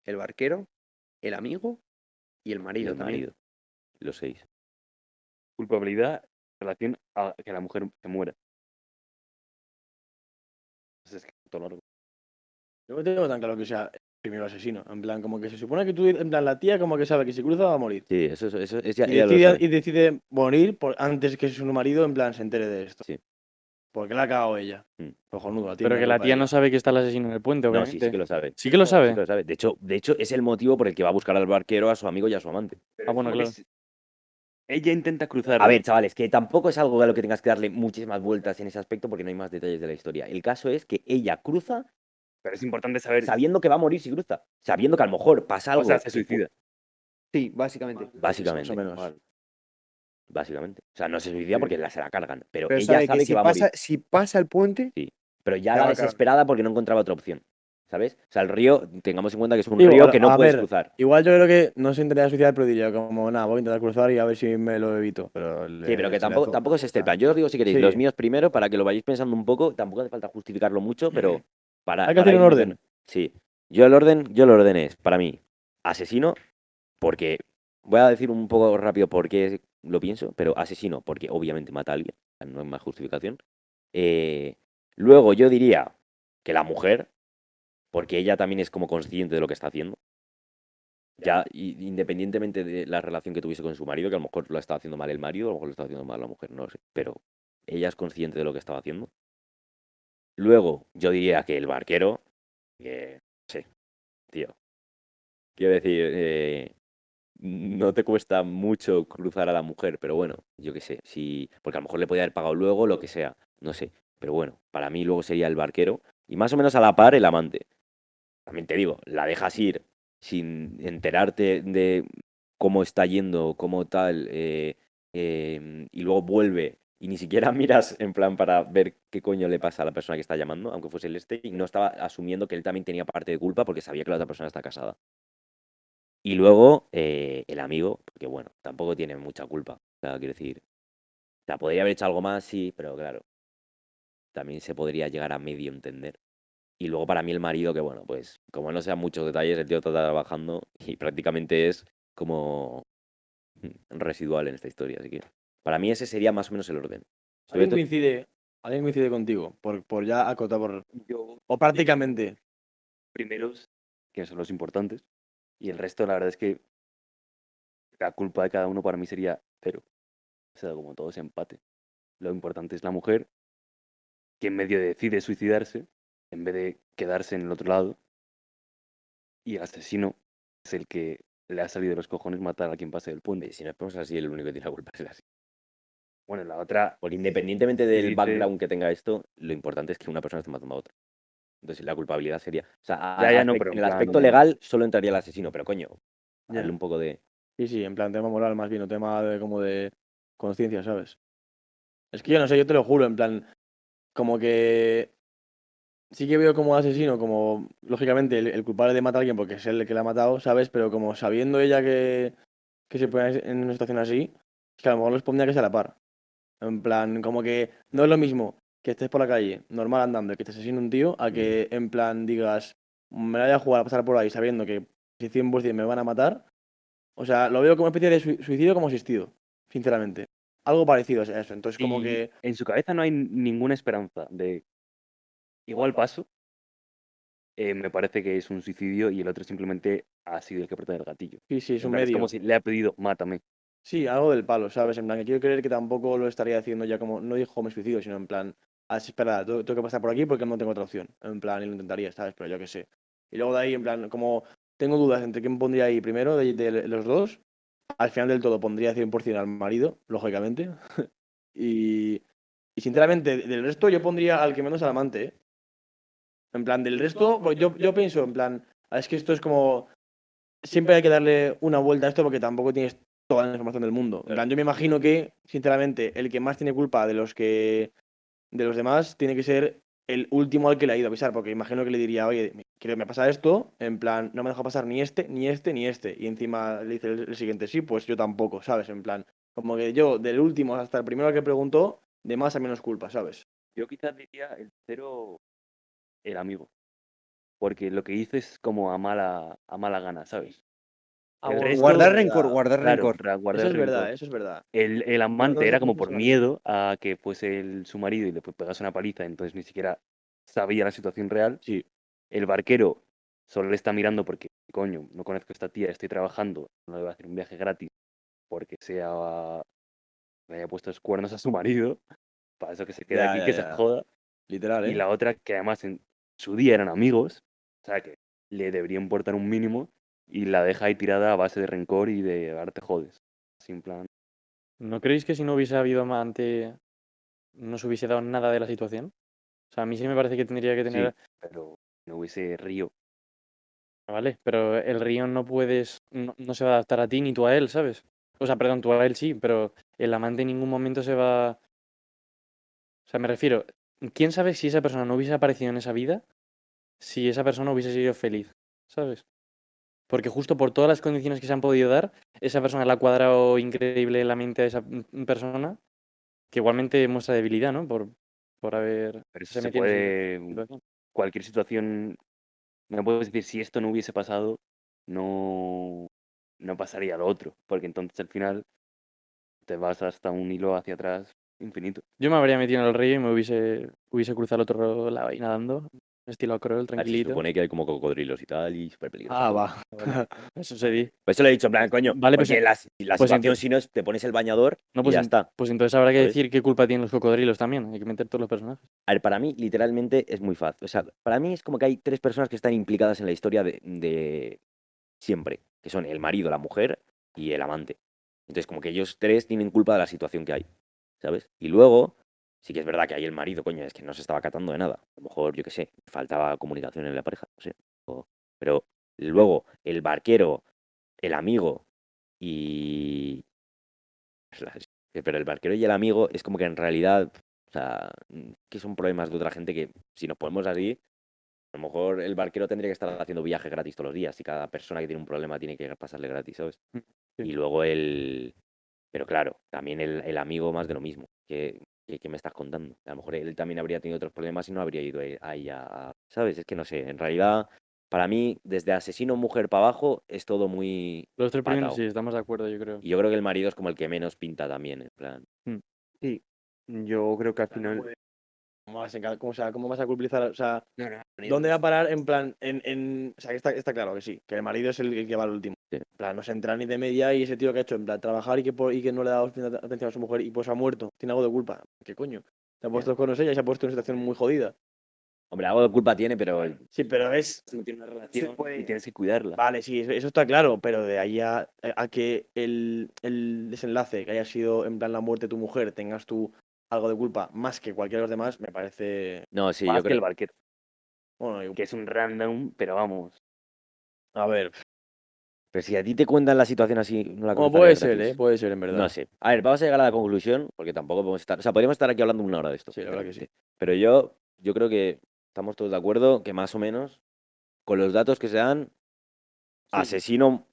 S5: el barquero, el amigo y el
S2: Y
S5: marido
S2: el
S5: también.
S2: marido. Los seis.
S3: culpabilidad en relación a que la mujer se muera. Entonces, es que todo largo.
S1: Yo no tengo tan claro que sea el primero asesino. En plan, como que se supone que tú, en plan, la tía como que sabe que si cruza va a morir.
S2: Sí, eso, eso, eso es ya,
S1: Y
S2: ya lo
S1: decide,
S2: sabe.
S1: y decide morir por, antes que su marido, en plan, se entere de esto.
S2: Sí.
S1: Porque la ha cagado ella.
S2: Mm.
S1: Cojonudo, la tía.
S4: Pero
S1: no
S4: que la
S1: culpa
S4: tía
S1: de
S4: no sabe que está el asesino en el puente,
S2: No,
S4: obviamente.
S2: sí, sí que lo sabe.
S4: Sí que lo
S2: Sí
S4: sabe.
S2: que lo sabe. De hecho, de hecho, es el motivo por el que va a buscar al barquero, a su amigo y a su amante.
S4: Ah, bueno,
S3: Porque
S4: claro.
S3: es- Ella intenta cruzar.
S2: A ver, chavales, que tampoco es algo a lo que tengas que darle muchísimas vueltas en ese aspecto porque no hay más detalles de la historia. El caso es que ella cruza
S3: pero es importante saber.
S2: sabiendo que va a morir si cruza. Sabiendo que a lo mejor pasa algo.
S3: o sea, se
S2: tipo-
S3: suicida.
S5: Sí, básicamente.
S1: ella.
S2: Básicamente.
S1: Más o menos.
S3: Vale.
S2: Básicamente. O sea, no se suicida
S5: Sí.
S2: porque la, se la cargan. Pero,
S5: Pero
S2: ella
S5: sabe
S2: sabe,
S5: que
S2: que,
S5: si,
S2: va a
S5: pasa,
S2: morir.
S5: si pasa el puente,
S2: Pero ya
S5: ya
S2: la
S5: va a cargar.
S2: desesperada porque no encontraba otra opción. ¿Sabes? O sea, el río, tengamos en cuenta que es un
S1: Sí,
S2: río
S1: bueno,
S2: que no
S1: a
S2: puedes
S1: ver,
S2: cruzar.
S1: Igual yo creo que no se intentaría suicidar, pero diría como, nada, voy a intentar cruzar y a ver si me lo evito. Pero
S2: Sí,
S1: le-
S2: pero
S1: se le
S2: que tampoco,
S1: hace-
S2: tampoco es este el plan. Yo os digo si queréis los
S1: Sí.
S2: míos primero para que lo vayáis pensando un poco. Tampoco hace falta justificarlo mucho, pero para.
S1: Hay que
S2: para
S1: hacer
S2: ir
S1: un orden.
S2: metiendo- Sí. Yo el orden, yo el orden es, para mí, asesino, porque. Voy a decir un poco rápido por qué lo pienso, pero asesino, porque obviamente mata a alguien. No hay más justificación. Eh, luego yo diría que la mujer, porque ella también es como consciente de lo que está haciendo. Ya, i- independientemente de la relación que tuviese con su marido, que a lo mejor lo está haciendo mal el marido, a lo mejor lo está haciendo mal la mujer, no lo sé. Pero ella es consciente de lo que estaba haciendo. Luego, yo diría que el barquero, que, no sé, tío. Quiero decir, eh, no te cuesta mucho cruzar a la mujer, pero bueno, yo qué sé, si, porque a lo mejor le podía haber pagado luego, lo que sea, no sé. Pero bueno, para mí luego sería el barquero y más o menos a la par el amante. También te digo, la dejas ir sin enterarte de cómo está yendo, cómo tal, eh, eh, y luego vuelve y ni siquiera miras en plan para ver qué coño le pasa a la persona que está llamando, aunque fuese el este, y no estaba asumiendo que él también tenía parte de culpa porque sabía que la otra persona está casada. Y luego eh, el amigo, que bueno, tampoco tiene mucha culpa, o sea, quiero decir. O sea, podría haber hecho algo más, sí, pero claro, también se podría llegar a medio entender. Y luego para mí el marido, que bueno, pues como no sean muchos detalles, el tío está trabajando y prácticamente es como mm, residual en esta historia. Así que para mí ese sería más o menos el orden. Sobre
S1: ¿Alguien
S2: todo-
S1: coincide, alguien coincide contigo? Por, por ya acotar, por,
S3: Yo,
S1: o prácticamente.
S3: primeros, que son los importantes. Y el resto, la verdad es que la culpa de cada uno para mí sería cero. O sea, como todo es empate. Lo importante es la mujer, que en medio decide suicidarse, en vez de quedarse en el otro lado. Y el asesino es el que le ha salido de los cojones matar a quien pase del puente.
S2: Hombre, Si nos ponemos así, el único que tiene la culpa es el así.
S3: Bueno, la otra
S2: Porque Pues, independientemente del
S3: dice-
S2: background que tenga esto, lo importante es que una persona esté matando a otra. Entonces la culpabilidad sería. O sea, a-
S3: Ya, ya, no,
S2: aspect-
S3: pero
S2: en
S3: en
S2: el
S3: plan,
S2: aspecto
S3: no-
S2: legal solo entraría el asesino, pero coño,
S1: Ya.
S2: darle un poco de.
S1: Sí, sí, en plan tema moral más bien, o tema de, como de conciencia, ¿sabes? Es que yo no sé, yo te lo juro, en plan, como que sí que veo como asesino, como lógicamente el, el culpable de matar a alguien porque es él el que la ha matado, ¿sabes? Pero como sabiendo ella que, que se pone en una situación así, es que a lo mejor les pondría que sea a la par. En plan, como que no es lo mismo que estés por la calle, normal andando, y que te asesine un tío, a que en plan digas, me la voy a jugar a pasar por ahí sabiendo que si 100% me van a matar. O sea, lo veo como especie de sui- suicidio como asistido, sinceramente. Algo parecido a eso. Entonces, como
S3: Y
S1: que.
S3: En su cabeza no hay ninguna esperanza de igual paso. eh, me parece que es un suicidio y el otro simplemente ha sido el que aprieta el gatillo.
S1: Sí, sí, es
S3: En
S1: un
S3: plan,
S1: medio.
S3: como si le ha pedido, mátame.
S1: Sí, algo del palo, ¿sabes? En plan, que quiero creer que tampoco lo estaría haciendo ya como. No dijo me suicido, sino en plan. "Ah, sí, espera, tengo, tengo que pasar por aquí porque no tengo otra opción. En plan, y lo intentaría, ¿sabes? Pero yo qué sé. Y luego de ahí, en plan, como. Tengo dudas entre quién pondría ahí primero de, de los dos. Al final del todo pondría 100% al marido, lógicamente. y. Y sinceramente, del resto yo pondría al que menos al amante, ¿eh? En plan, del resto, pues, yo, yo pienso, en plan, "Ah, es que esto es como. Siempre hay que darle una vuelta a esto porque tampoco tienes toda la información del mundo. En plan, yo me imagino que, sinceramente, el que más tiene culpa de los que. de los demás tiene que ser el último al que le ha ido a avisar, porque imagino que le diría, oye, me- creo que me pasa esto, en plan, no me deja pasar ni este, ni este, ni este. Y encima le dice el, el siguiente, sí, pues yo tampoco, ¿sabes? En plan, Como que yo, del último hasta el primero al que preguntó, de más a menos culpa, ¿sabes?
S3: Yo quizás diría el tercero, el amigo. Porque lo que hizo es como a mala, a mala gana, ¿sabes?
S1: Ah,
S3: El
S1: bueno,
S3: resto-
S5: Guardar
S1: es
S5: rencor,
S1: verdad.
S5: guardar
S3: Claro,
S5: rencor.
S3: ra- guardar
S1: Eso es
S3: rencor.
S1: verdad, eso es verdad.
S3: El, el amante
S1: dos
S3: era como
S1: puntos
S3: por
S1: grandes.
S3: miedo a que fuese el, su marido y le pu- pegase una paliza, entonces ni siquiera sabía la situación real.
S1: Sí.
S3: El barquero solo le está mirando porque, coño, no conozco a esta tía, estoy trabajando, no le voy a hacer un viaje gratis porque sea le haya puesto los cuernos a su marido. Para eso que se queda
S1: Ya,
S3: aquí,
S1: ya,
S3: que
S1: ya.
S3: se joda.
S1: Literal, ¿eh?
S3: Y la otra, que además en su día eran amigos, o sea que le debería importar un mínimo, y la deja ahí tirada a base de rencor y de ahora te jodes. Sin plan.
S4: ¿No creéis que si no hubiese habido amante no se hubiese dado nada de la situación? O sea, a mí sí me parece que tendría que
S3: sí,
S4: tener...
S3: pero no hubiese río.
S4: Ah, Vale, pero el río no puedes... No, no se va a adaptar a ti ni tú a él, ¿sabes? O sea, perdón, tú a él sí, pero el amante en ningún momento se va... O sea, me refiero, ¿quién sabe si esa persona no hubiese aparecido en esa vida? Si esa persona hubiese sido feliz, ¿sabes? Porque justo por todas las condiciones que se han podido dar, esa persona la ha cuadrado increíble la mente a esa mm, persona, que igualmente muestra debilidad, ¿no? Por, por haber...
S3: Pero eso
S4: se
S3: se,
S4: metió
S3: puede.
S4: en esa situación.
S3: Cualquier situación. No puedes decir, si esto no hubiese pasado, no, no pasaría lo otro. Porque entonces al final te vas hasta un hilo hacia atrás infinito.
S4: Yo me habría metido en el río y me hubiese, hubiese cruzado el otro lado ahí nadando, estilo Croel,
S2: Ah, Se
S4: tranquilito.
S2: supone que hay como cocodrilos y tal, y súper peligroso.
S1: Ah, va.
S4: Eso se di.
S2: Pues eso le he dicho, en plan, coño,
S4: Vale,
S2: vale,
S4: pues
S2: pues
S4: en-
S2: la, la
S4: pues en-
S2: situación si no es te pones el bañador
S4: No,
S2: y
S4: pues,
S2: ya
S4: en-
S2: está.
S4: pues entonces habrá que
S2: ¿Sabes?
S4: decir qué culpa tienen los cocodrilos también. Hay que meter todos los personajes.
S2: A ver, para mí, literalmente, es muy fácil. O sea, para mí es como que hay tres personas que están implicadas en la historia de, de siempre, que son el marido, la mujer y el amante. Entonces, como que ellos tres tienen culpa de la situación que hay, ¿sabes? Y luego, sí que es verdad que hay el marido, coño, es que no se estaba catando de nada. A lo mejor, yo qué sé, faltaba comunicación en la pareja, no sé. o- pero luego, el barquero, el amigo y... Pero el barquero y el amigo es como que en realidad o sea, mm, que son problemas de otra gente que si nos ponemos así, a lo mejor el barquero tendría que estar haciendo viajes gratis todos los días y cada persona que tiene un problema tiene que pasarle gratis, ¿sabes?
S4: Mm, sí.
S2: Y luego el... Pero claro, también el, el amigo más de lo mismo. que que me estás contando? A lo mejor él también habría tenido otros problemas y no habría ido ahí- ahí a... ¿Sabes? Es que no sé. En realidad, para mí, desde asesino mujer para abajo, es todo muy...
S4: Los tres primeros
S2: Patao.
S4: sí, estamos de acuerdo, yo creo.
S2: Y yo creo que el marido es como el que menos pinta también, en plan...
S5: Yo creo que al final.
S1: Pues, ¿Cómo vas, a enca- cómo, o sea, ¿Cómo vas a culpabilizar? O sea,
S5: No, no, ni-
S1: ¿dónde va a parar? En plan, en, en... o sea, que está, está claro que sí, que el marido es el, el que va al último.
S2: Sí.
S1: En plan, no se entra ni de media y ese tío que ha hecho, en plan, trabajar y que, por- y que no le ha dado suficiente atención a su mujer y pues ha muerto, tiene algo de culpa. ¿Qué coño? Se ha puesto con ella y se ha puesto en una situación muy jodida.
S2: Hombre, algo de culpa tiene, pero... el-
S1: Sí, pero es,
S3: No tiene una relación
S1: puede-
S3: y tienes que cuidarla.
S1: Vale, sí, eso, eso está claro, pero de ahí a, a que el, el desenlace que haya sido en plan la muerte de tu mujer, tengas tú algo de culpa más que cualquiera de los demás, me parece.
S2: No, sí,
S3: Más
S2: yo
S3: que
S2: creo...
S3: el barquero,
S1: Bueno, y-
S3: que es un random, pero vamos.
S1: a ver,
S2: Pero si a ti te cuentan la situación así, no la
S1: como
S2: contaría
S1: puede ser,
S2: gratis.
S1: ¿eh? Puede ser, en verdad.
S2: No sé. A ver, vamos a llegar a la conclusión, porque tampoco podemos estar. O sea, podríamos estar aquí hablando una hora de esto.
S1: Sí, la verdad que sí.
S2: sinceramente. Pero yo, yo creo que estamos todos de acuerdo que más o menos, con los datos que se dan, Ah, asesino,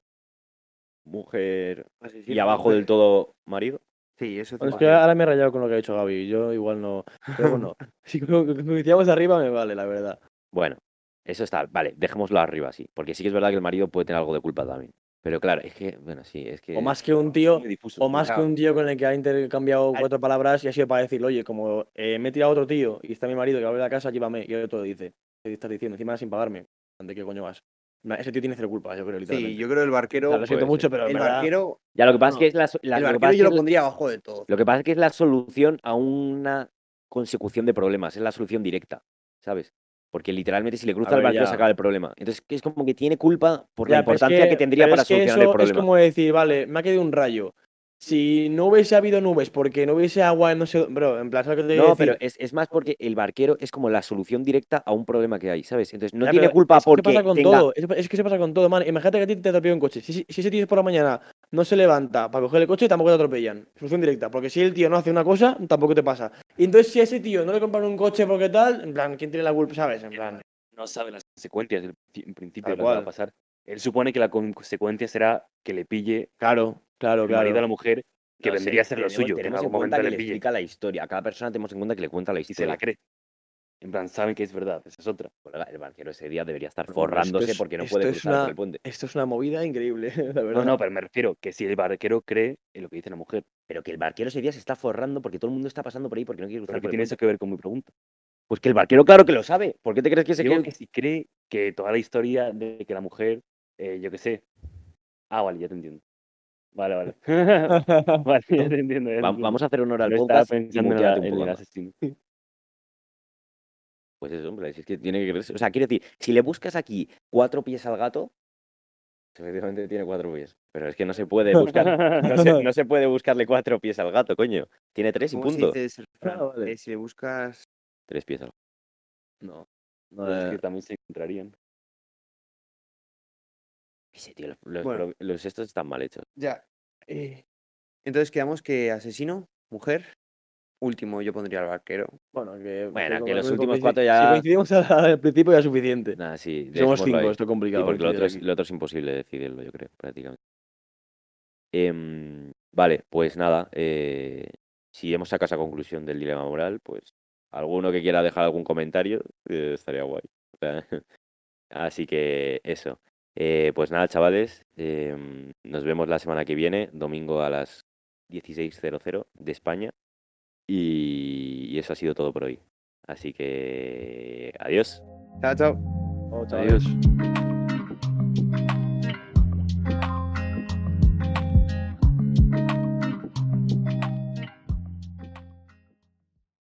S2: mujer y abajo del todo marido.
S5: Sí, eso
S1: Bueno, es
S5: sí.
S1: que ahora me he rayado con lo que ha dicho Gaby, yo igual no. Pero bueno, si como- como iniciamos arriba me vale, la verdad.
S2: Bueno, eso está. Vale, dejémoslo arriba así. Porque sí que es verdad que el marido puede tener algo de culpa también. Pero claro, es que, bueno, sí, es que.
S1: O más que un tío.
S3: muy difuso.
S1: O más que
S5: Claro.
S1: un tío con el que ha intercambiado cuatro palabras y ha sido para decir, oye, como eh, me he tirado a otro tío y está mi marido que va a volver a casa, llévame. Y el otro dice, ¿qué estás diciendo? Encima sin pagarme. ¿De qué coño vas? Na- Ese tío tiene cero culpa, yo creo, literalmente.
S5: Sí, yo creo el barquero.
S1: O sea, lo siento
S2: Puede
S1: mucho, pero en
S5: el
S1: verdad,
S5: barquero,
S2: Ya lo que pasa
S5: no,
S2: es que es la. so- la-
S5: el
S2: lo que
S5: barquero
S2: pasa es
S5: yo
S2: que
S5: lo
S2: es-
S5: pondría abajo de todo.
S2: Lo que pasa es que es la solución a una consecución de problemas, es la solución directa, ¿sabes? Porque literalmente si le cruza el
S1: ver,
S2: barquero
S1: ya.
S2: se acaba el problema. Entonces que es como que tiene culpa por la
S1: ya, pero es
S2: importancia que, tendría
S1: pero
S2: para
S1: es que
S2: solucionar el
S1: eso
S2: problema.
S1: Es como decir, vale, me ha quedado un rayo. Si no hubiese habido nubes, porque no hubiese agua, no sé. Bro, en plan, ¿sabes lo que te quiero
S2: No, pero
S1: decir?
S2: es, es más porque el barquero es como la solución directa a un problema que hay, ¿sabes? Entonces no
S1: Ya,
S2: tiene
S1: pero
S2: culpa
S1: es que
S2: porque
S1: pasa con
S2: tenga-
S1: todo. Es, es que se pasa con todo, man. Imagínate que a ti te atropella un coche. Si, si- si ese tío por la mañana no se levanta para coger el coche, tampoco te atropellan. Solución directa. Porque si el tío no hace una cosa, tampoco te pasa. Y entonces, si a ese tío no le compran un coche porque tal, en plan, ¿quién tiene la culpa? ¿Sabes? En plan,
S3: No sabe las consecuencias del- en principio
S1: Tal
S3: de lo que va a
S1: cual.
S3: pasar. Él supone que la consecuencia será que le pille
S1: claro, claro,
S3: el marido a
S1: claro.
S3: la mujer que
S2: No sé,
S3: vendría a ser lo
S2: tenemos-
S3: suyo. que en
S2: Tenemos en
S3: algún momento
S2: cuenta que
S3: le
S2: le
S3: pille.
S2: explica la historia. A cada persona tenemos en cuenta que le cuenta la
S3: y se
S2: historia.
S3: la cree. En plan, saben que es verdad, esa es otra.
S2: Colega, El banquero ese día debería estar
S1: Pero bueno, esto
S2: forrándose
S1: es-
S2: porque no
S1: esto
S2: puede
S1: es
S2: cruzar
S1: una-
S2: por el puente.
S1: Esto es una movida increíble, la verdad.
S3: No, no, pero me refiero que si el barquero cree en lo que dice la mujer.
S2: Pero que el barquero ese día se está forrando porque todo el mundo está pasando por ahí porque no quiere cruzar
S3: ¿Pero qué
S2: por el
S3: tiene
S2: puente.
S3: eso que ver con mi pregunta?
S2: Pues que el barquero, claro que lo sabe. ¿Por qué te crees que se
S3: Digo
S2: cree-
S3: que si cree que toda la historia de que la mujer, eh, yo qué sé. Ah, vale, ya te entiendo. Vale, vale. vale, ya te entiendo.
S2: Va- Vamos a hacer honor al
S3: no estaba
S2: podcast y
S3: pensando en, la-
S2: muteate un
S3: en
S2: poco
S3: el
S2: más.
S3: asesino.
S2: Pues eso, hombre, si es que tiene que creerse. O sea, quiero decir, si le buscas aquí cuatro pies al gato, efectivamente tiene cuatro pies. Pero es que no se puede buscar. No se, no se puede buscarle cuatro pies al gato, coño. Tiene tres y
S5: ¿Cómo se
S2: punto.
S5: dice ese refrán?
S1: Ah, vale.
S5: Eh, si le buscas.
S2: Tres pies al gato.
S5: No.
S3: Pero es que también se encontrarían.
S2: Qué sé, tío, los, los
S5: Bueno.
S2: pro- los estos están mal hechos.
S5: Ya. eh, Entonces quedamos que asesino, mujer. Último, yo pondría al barquero.
S1: Bueno, que,
S2: Bueno,
S1: como
S2: que los
S1: mismo
S2: últimos
S1: coinci-
S2: cuatro ya-
S1: Si coincidimos al, al principio ya es suficiente.
S2: Nada, sí.
S1: Somos
S2: dejémoslo
S1: cinco,
S2: ahí.
S1: esto es
S2: Sí,
S1: complicado. eh,
S2: porque lo otro, es,
S1: coincidir
S2: lo otro es imposible decidirlo, yo creo, prácticamente. Em, vale, pues nada. eh, si hemos sacado esa conclusión del dilema moral, pues alguno que quiera dejar algún comentario, eh, estaría guay. O sea, Así que eso. Eh, pues nada, chavales, em, nos vemos la semana que viene, domingo a las 16.00 de España. Y, y eso ha sido todo por hoy. Así que adiós.
S5: Chao, chao.
S1: aquí. Oh, chavales.
S4: Adiós.